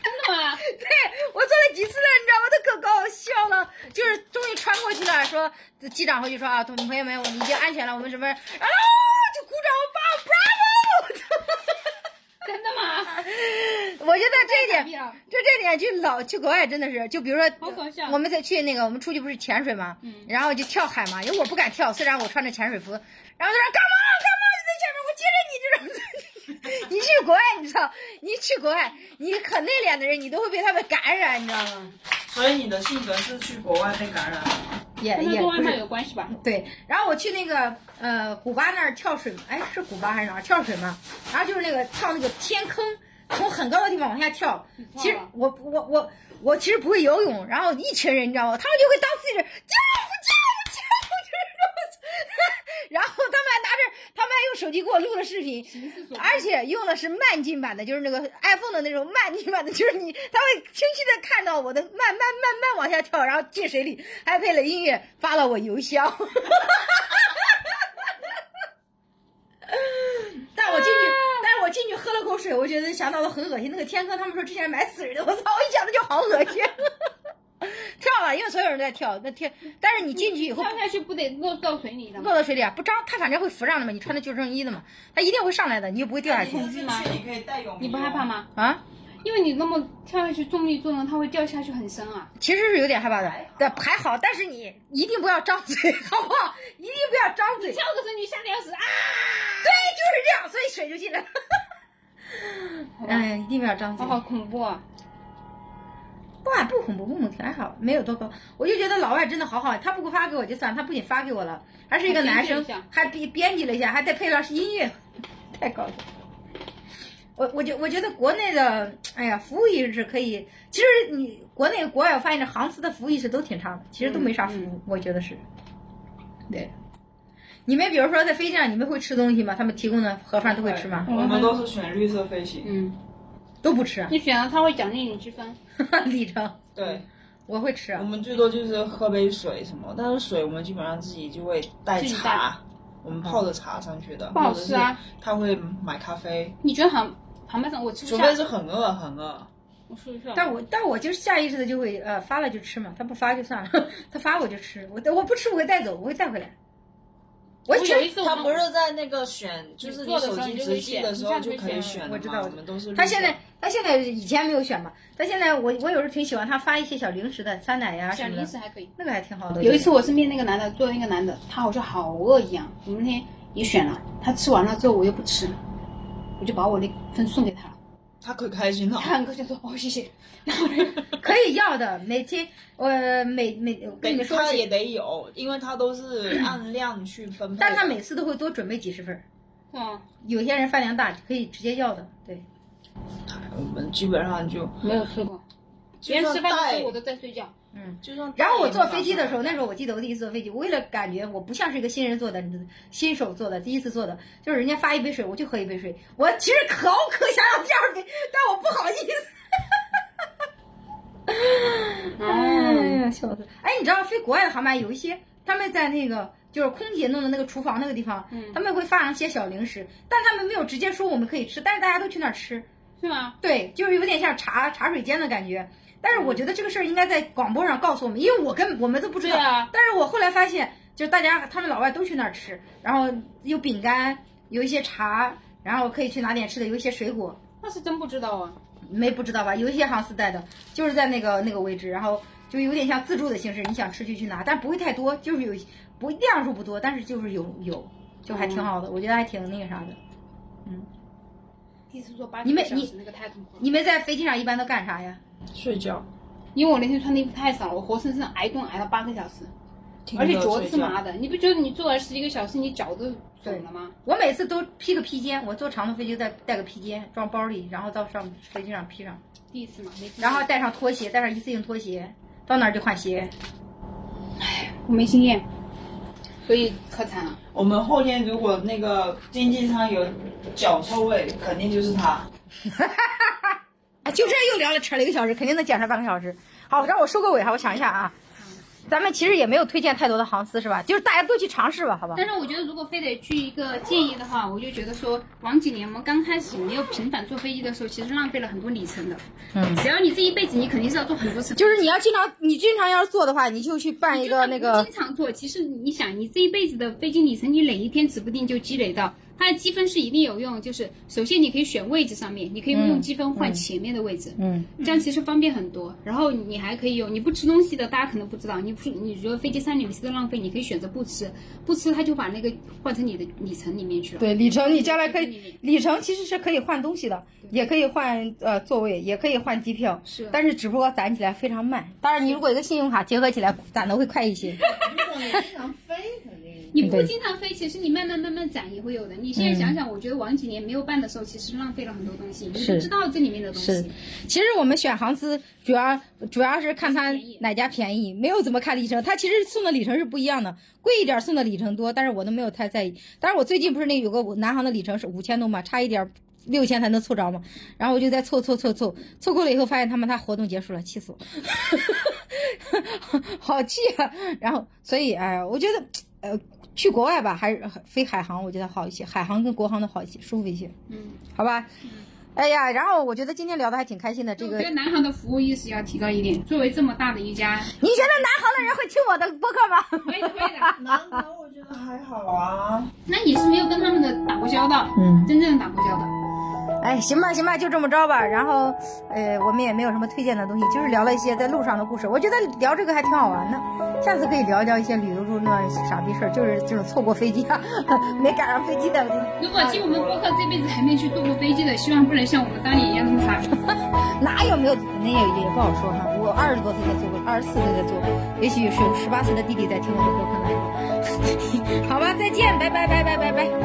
Speaker 2: 真的
Speaker 1: (laughs)
Speaker 2: 吗？
Speaker 1: 对我做了几次了，你知道吗？他可搞笑了，就是终于穿过去了，说机长回去说啊，同朋友们，我们已经安全了，我们什么啊，就鼓掌，哇
Speaker 2: 真的吗？
Speaker 1: ，bravo！我觉得这一点
Speaker 2: 傻逼啊！
Speaker 1: 就这点，就老去国外真的是，就比如说，
Speaker 2: 好搞笑嗯
Speaker 1: 我们在去那个，我们出去不是潜水嘛，然后就跳海嘛，因为我不敢跳，虽然我穿着潜水服，然后就说干嘛干嘛就在下面，我接着你这种。 (laughs) 你去国外，你知道，你去国外，你很内敛的人，你都会被他们感染，你知道吗？
Speaker 3: 所以你的性格是去国外被感染了。
Speaker 1: 也
Speaker 2: 跟
Speaker 1: 也
Speaker 2: 跟
Speaker 1: 哎不
Speaker 2: 外卖
Speaker 1: 是
Speaker 2: 有关系吧？
Speaker 1: 对。然后我去那个呃古巴那儿跳水，哎，是古巴还是哪儿跳水嘛？然后就是那个跳那个天坑，从很高的地方往下跳。
Speaker 2: 跳
Speaker 1: 其实
Speaker 2: 了
Speaker 1: 我我我我其实不会游泳，然后一群人你知道吗？他们就会当自己人，救救救！就是这种然后他们还拿着，他们还用手机给我录了视频，而且用的是慢进版的，就是那个 iPhone 的那种慢进版的，就是你他会清晰的看到我的慢慢慢慢往下跳，然后进水里，还配了音乐发到我邮箱。但我进去，
Speaker 2: 啊
Speaker 1: 但是我进去喝了口水，我觉得想到了很恶心。那个天坑，他们说之前埋死人的，我 (laughs) 操！我一想到就好恶心。 (laughs) 跳了，因为所有人都在跳，那天，但是你进去以后
Speaker 2: 跳下去不得落到水里的吗？
Speaker 1: 落到水里啊，不张，它反正会浮上来嘛。你穿的救生衣的嘛，它一定会上来的，你又不会掉下去
Speaker 3: 你进去你可以带泳衣哦
Speaker 2: 你不害怕？吗？
Speaker 1: 啊。
Speaker 2: 因为你那么跳下去，重力作用，它会掉下去很深啊。
Speaker 1: 其实是有点害怕的，对，还好，但是你一定不要张嘴， (laughs) 好不好？一定不要张嘴，对，就
Speaker 2: 跳个深你吓得要死
Speaker 1: 是
Speaker 2: 啊！
Speaker 1: 这样，所以水就进来了。哎，一定不要张嘴
Speaker 2: 哦我。好恐怖啊！
Speaker 1: 不啊，不恐怖，不恐怖，还好，没有多高。我就觉得老外真的好好，他不发给我就算，他不仅发给我了，还是一个男生
Speaker 2: 还编辑了一下，
Speaker 1: 还编编辑了一下，还带配了音乐，太搞笑了。我我觉我觉得国内的，哎呀，服务意识是可以。其实你国内国外，我发现这航司的服务意识都挺差的，其实都没
Speaker 2: 嗯
Speaker 1: 啥服务，我觉得是。对，你们比如说在飞机上，你们会吃东西吗？他们提供的盒饭都会吃吗？
Speaker 3: 我们都是选绿色飞行。
Speaker 2: 嗯，
Speaker 1: 都不吃啊， (laughs)
Speaker 2: 你选了它会奖励你积分。
Speaker 1: 李成，
Speaker 3: 对，
Speaker 1: 我会吃啊
Speaker 3: 我。们最多就是喝杯水什么，但是水我们基本上自己就会带
Speaker 2: 自己
Speaker 3: 茶，我们泡着茶上去的。不
Speaker 2: 好吃啊！
Speaker 3: 他会买咖啡，
Speaker 2: 你觉得航航班上我吃不
Speaker 3: 除
Speaker 2: 下
Speaker 3: 非，是很饿很饿。
Speaker 2: 我说一说。
Speaker 1: 但我但我就是下意识的就会呃发 (laughs) 了就吃嘛，他不发就算了，他发我就吃，我我不吃我会带走，我会带回来。我
Speaker 6: 我
Speaker 1: 其
Speaker 6: 有
Speaker 1: 实
Speaker 6: 一次我
Speaker 3: 他
Speaker 6: 们
Speaker 3: 不是在那个选，就是
Speaker 6: 做的
Speaker 3: 手
Speaker 6: 时候
Speaker 3: 机
Speaker 6: 你就
Speaker 3: 直
Speaker 6: 会
Speaker 3: 机
Speaker 6: 选
Speaker 3: 的时候
Speaker 6: 你这
Speaker 3: 就
Speaker 6: 样
Speaker 3: 可
Speaker 6: 会
Speaker 3: 以
Speaker 6: 选
Speaker 3: 选
Speaker 1: 我
Speaker 3: 的
Speaker 1: 知
Speaker 3: 嘛，
Speaker 1: 道
Speaker 3: 我们都是
Speaker 1: 他
Speaker 3: 绿
Speaker 1: 现
Speaker 3: 色
Speaker 1: 在他现在以前没有选嘛，他现在我我有时候挺喜欢他发一些小零食的酸奶呀什
Speaker 2: 小
Speaker 1: 么
Speaker 2: 零
Speaker 1: 的，
Speaker 2: 食还可以。
Speaker 1: 那个还挺好的。
Speaker 2: 有一次我身边那个男的做那个男的，他好像好饿一样。我们那天也选了，他吃完了之后我又不吃，我就把我的分送给他了。
Speaker 3: 他可开心了。 (laughs)
Speaker 2: 他很高兴说：“ (laughs) 哦，谢谢。
Speaker 1: 可以要的，每天我每每我跟你们说
Speaker 3: 他
Speaker 1: 起，
Speaker 3: 也得有，因为他都是按量去分配的。
Speaker 1: 但是他每次都会多准备几十份儿。
Speaker 2: 嗯，
Speaker 1: 有些人饭量大，可以直接要的。对，
Speaker 3: 我们基本上就”
Speaker 2: 没有吃过，
Speaker 3: 就
Speaker 2: 连
Speaker 3: 算
Speaker 2: 吃饭的时
Speaker 3: 带
Speaker 2: 候我，都在睡觉。
Speaker 3: 就算
Speaker 1: 然后我
Speaker 3: 带也
Speaker 1: 坐
Speaker 3: 没
Speaker 1: 飞机的时候，
Speaker 3: 办
Speaker 1: 那时候我记得我第一次坐飞机，我为了感觉我不像是一个新人坐的，新手坐的，第一次坐的，就是人家发一杯水，我就喝一杯水。我其实可可想要第二杯，但我不好意思。
Speaker 2: 嗯
Speaker 1: 哎呀，笑死！哎，你知道飞国外的航班有一些，他们在那个就是空姐弄的那个厨房那个地方，
Speaker 2: 嗯
Speaker 1: 他们会发上一些小零食，但他们没有直接说我们可以吃，但是大家都去那儿吃。
Speaker 2: 是吗？
Speaker 1: 对，就是有点像茶茶水间的感觉。但是我觉得这个事儿应该在广播上告诉我们，因为我跟我们都不知道。
Speaker 2: 对啊
Speaker 1: 但是我后来发现，就是大家他们老外都去那儿吃，然后有饼干，有一些茶，然后可以去拿点吃的，有一些水果，
Speaker 2: 那是真不知道啊。
Speaker 1: 没不知道吧？有一些航司带的，就是在那个那个位置，然后就有点像自助的形式，你想吃就去拿，但不会太多，就是有不量数不多，但是就是有有，就还挺好的，我觉得还挺那个啥的。
Speaker 2: 第一次坐八
Speaker 1: 你
Speaker 2: 九
Speaker 1: 们
Speaker 2: 个小
Speaker 1: 你
Speaker 2: 时，那个太痛苦了。
Speaker 1: 你们在飞机上一般都干啥呀？
Speaker 3: 法睡觉，
Speaker 2: 因为我那天穿的衣服太少了，我活生生挨冻挨了八个小时，
Speaker 3: 听
Speaker 2: 而且
Speaker 3: 歌
Speaker 2: 脚
Speaker 3: 睡
Speaker 2: 是
Speaker 3: 觉
Speaker 2: 麻的。你不觉得你坐了十几个小时，你脚都肿了吗？
Speaker 1: 我每次都披个披肩，我坐长途飞机带带个披肩装包里，然后到上飞机上披上，
Speaker 2: 第一次嘛，没经历
Speaker 1: 然后带上拖鞋，带上一次性拖鞋，到哪儿就换鞋。
Speaker 2: 我没经验，所以可惨啊了。
Speaker 3: 我们后天如果那个经济舱有脚臭味，肯定就是他。
Speaker 1: 啊，就这又聊了扯了一个小时，肯定能剪出来半个小时。好，让我收个尾哈，我想一下啊，咱们其实也没有推荐太多的航司是吧？就是大家都去尝试吧，好吧？
Speaker 2: 但是我觉得，如果非得去一个建议的话，我就觉得说，往几年我们刚开始没有频繁坐飞机的时候，其实浪费了很多里程的。嗯，只要你这一辈子，你肯定是要坐很多次。
Speaker 1: 就是你要经常，你经常要是做的话，你就去办一
Speaker 2: 就
Speaker 1: 个
Speaker 2: 算
Speaker 1: 那
Speaker 2: 不
Speaker 1: 个
Speaker 2: 经常坐，其实你想，你这一辈子的飞机里程，你哪一天指不定就积累到。它的积分是一定有用，就是首先你可以选位置上面，你可以用积分换前面的位置，
Speaker 1: 嗯，
Speaker 2: 这样其实方便很多。然后你还可以用，你不吃东西的，大家可能不知道，你不你觉得飞机餐你吃的浪费，你可以选择不吃，不吃它就把那个换成你的里程里面去了。
Speaker 1: 对里程，你将来可以里程其实是可以换东西的，也可以换呃座位，也可以换机票，
Speaker 2: 是
Speaker 1: 但是只不过攒起来非常慢。当然，你如果一个信用卡结合起来，攒的会快一些。
Speaker 3: 如果你经常飞，肯定
Speaker 2: 你不经常飞，其实你慢慢慢慢攒也会有的。你现在想想，我觉得晚几年没有办的时候，其实浪费了很多东西，你不
Speaker 1: 嗯是
Speaker 2: 知道这里面的东
Speaker 1: 是
Speaker 2: 西。
Speaker 1: 其实我们选航司主要主要是看它哪家便宜，没有怎么看里程。它其实送的里程是不一样的，贵一点送的里程多，但是我都没有太在意。但是我最近不是那有个南航的里程是五千多嘛，差一点六千才能凑着嘛， (laughs) 然后我就在凑凑凑凑，凑够了以后发现他们他活动结束了，气死 (laughs) 我，好气啊！然后所以哎，我觉得呃去国外吧，还是呃飞海航我觉得好一些，海航跟国航的好一些，舒服一些，
Speaker 2: 嗯，
Speaker 1: 好吧。哎呀，然后我觉得今天聊的还挺开心的，这个
Speaker 2: 我觉得南航的服务意识要提高一点。作为这么大的
Speaker 1: (laughs)
Speaker 2: 一家，
Speaker 1: 你觉得南航的人会听我的播客
Speaker 2: (laughs)
Speaker 1: 吗？
Speaker 2: 可以可以的。
Speaker 3: 南航我觉得还好啊。
Speaker 2: 那你是没有跟他们的打过交道，嗯，真正的打过交道。
Speaker 1: 哎，行吧，行吧，就这么着吧。然后，呃，我们也没有什么推荐的东西，就是聊了一些在路上的故事。我觉得聊这个还挺好玩的，下次可以聊一聊一些旅游中的傻逼事儿，就是这种错过飞机啊， (laughs) 没赶上飞机的。
Speaker 2: 如果听我们播客这辈子还没去坐过飞机的，希望不能像我们当年一样那么傻逼。
Speaker 1: 哪有没有？那也也不好说哈。我二十多岁才做过，二十四岁才做过，也 (laughs) 许是有十八岁的弟弟在听我的播客呢。好吧，再见，拜拜，拜拜，拜拜。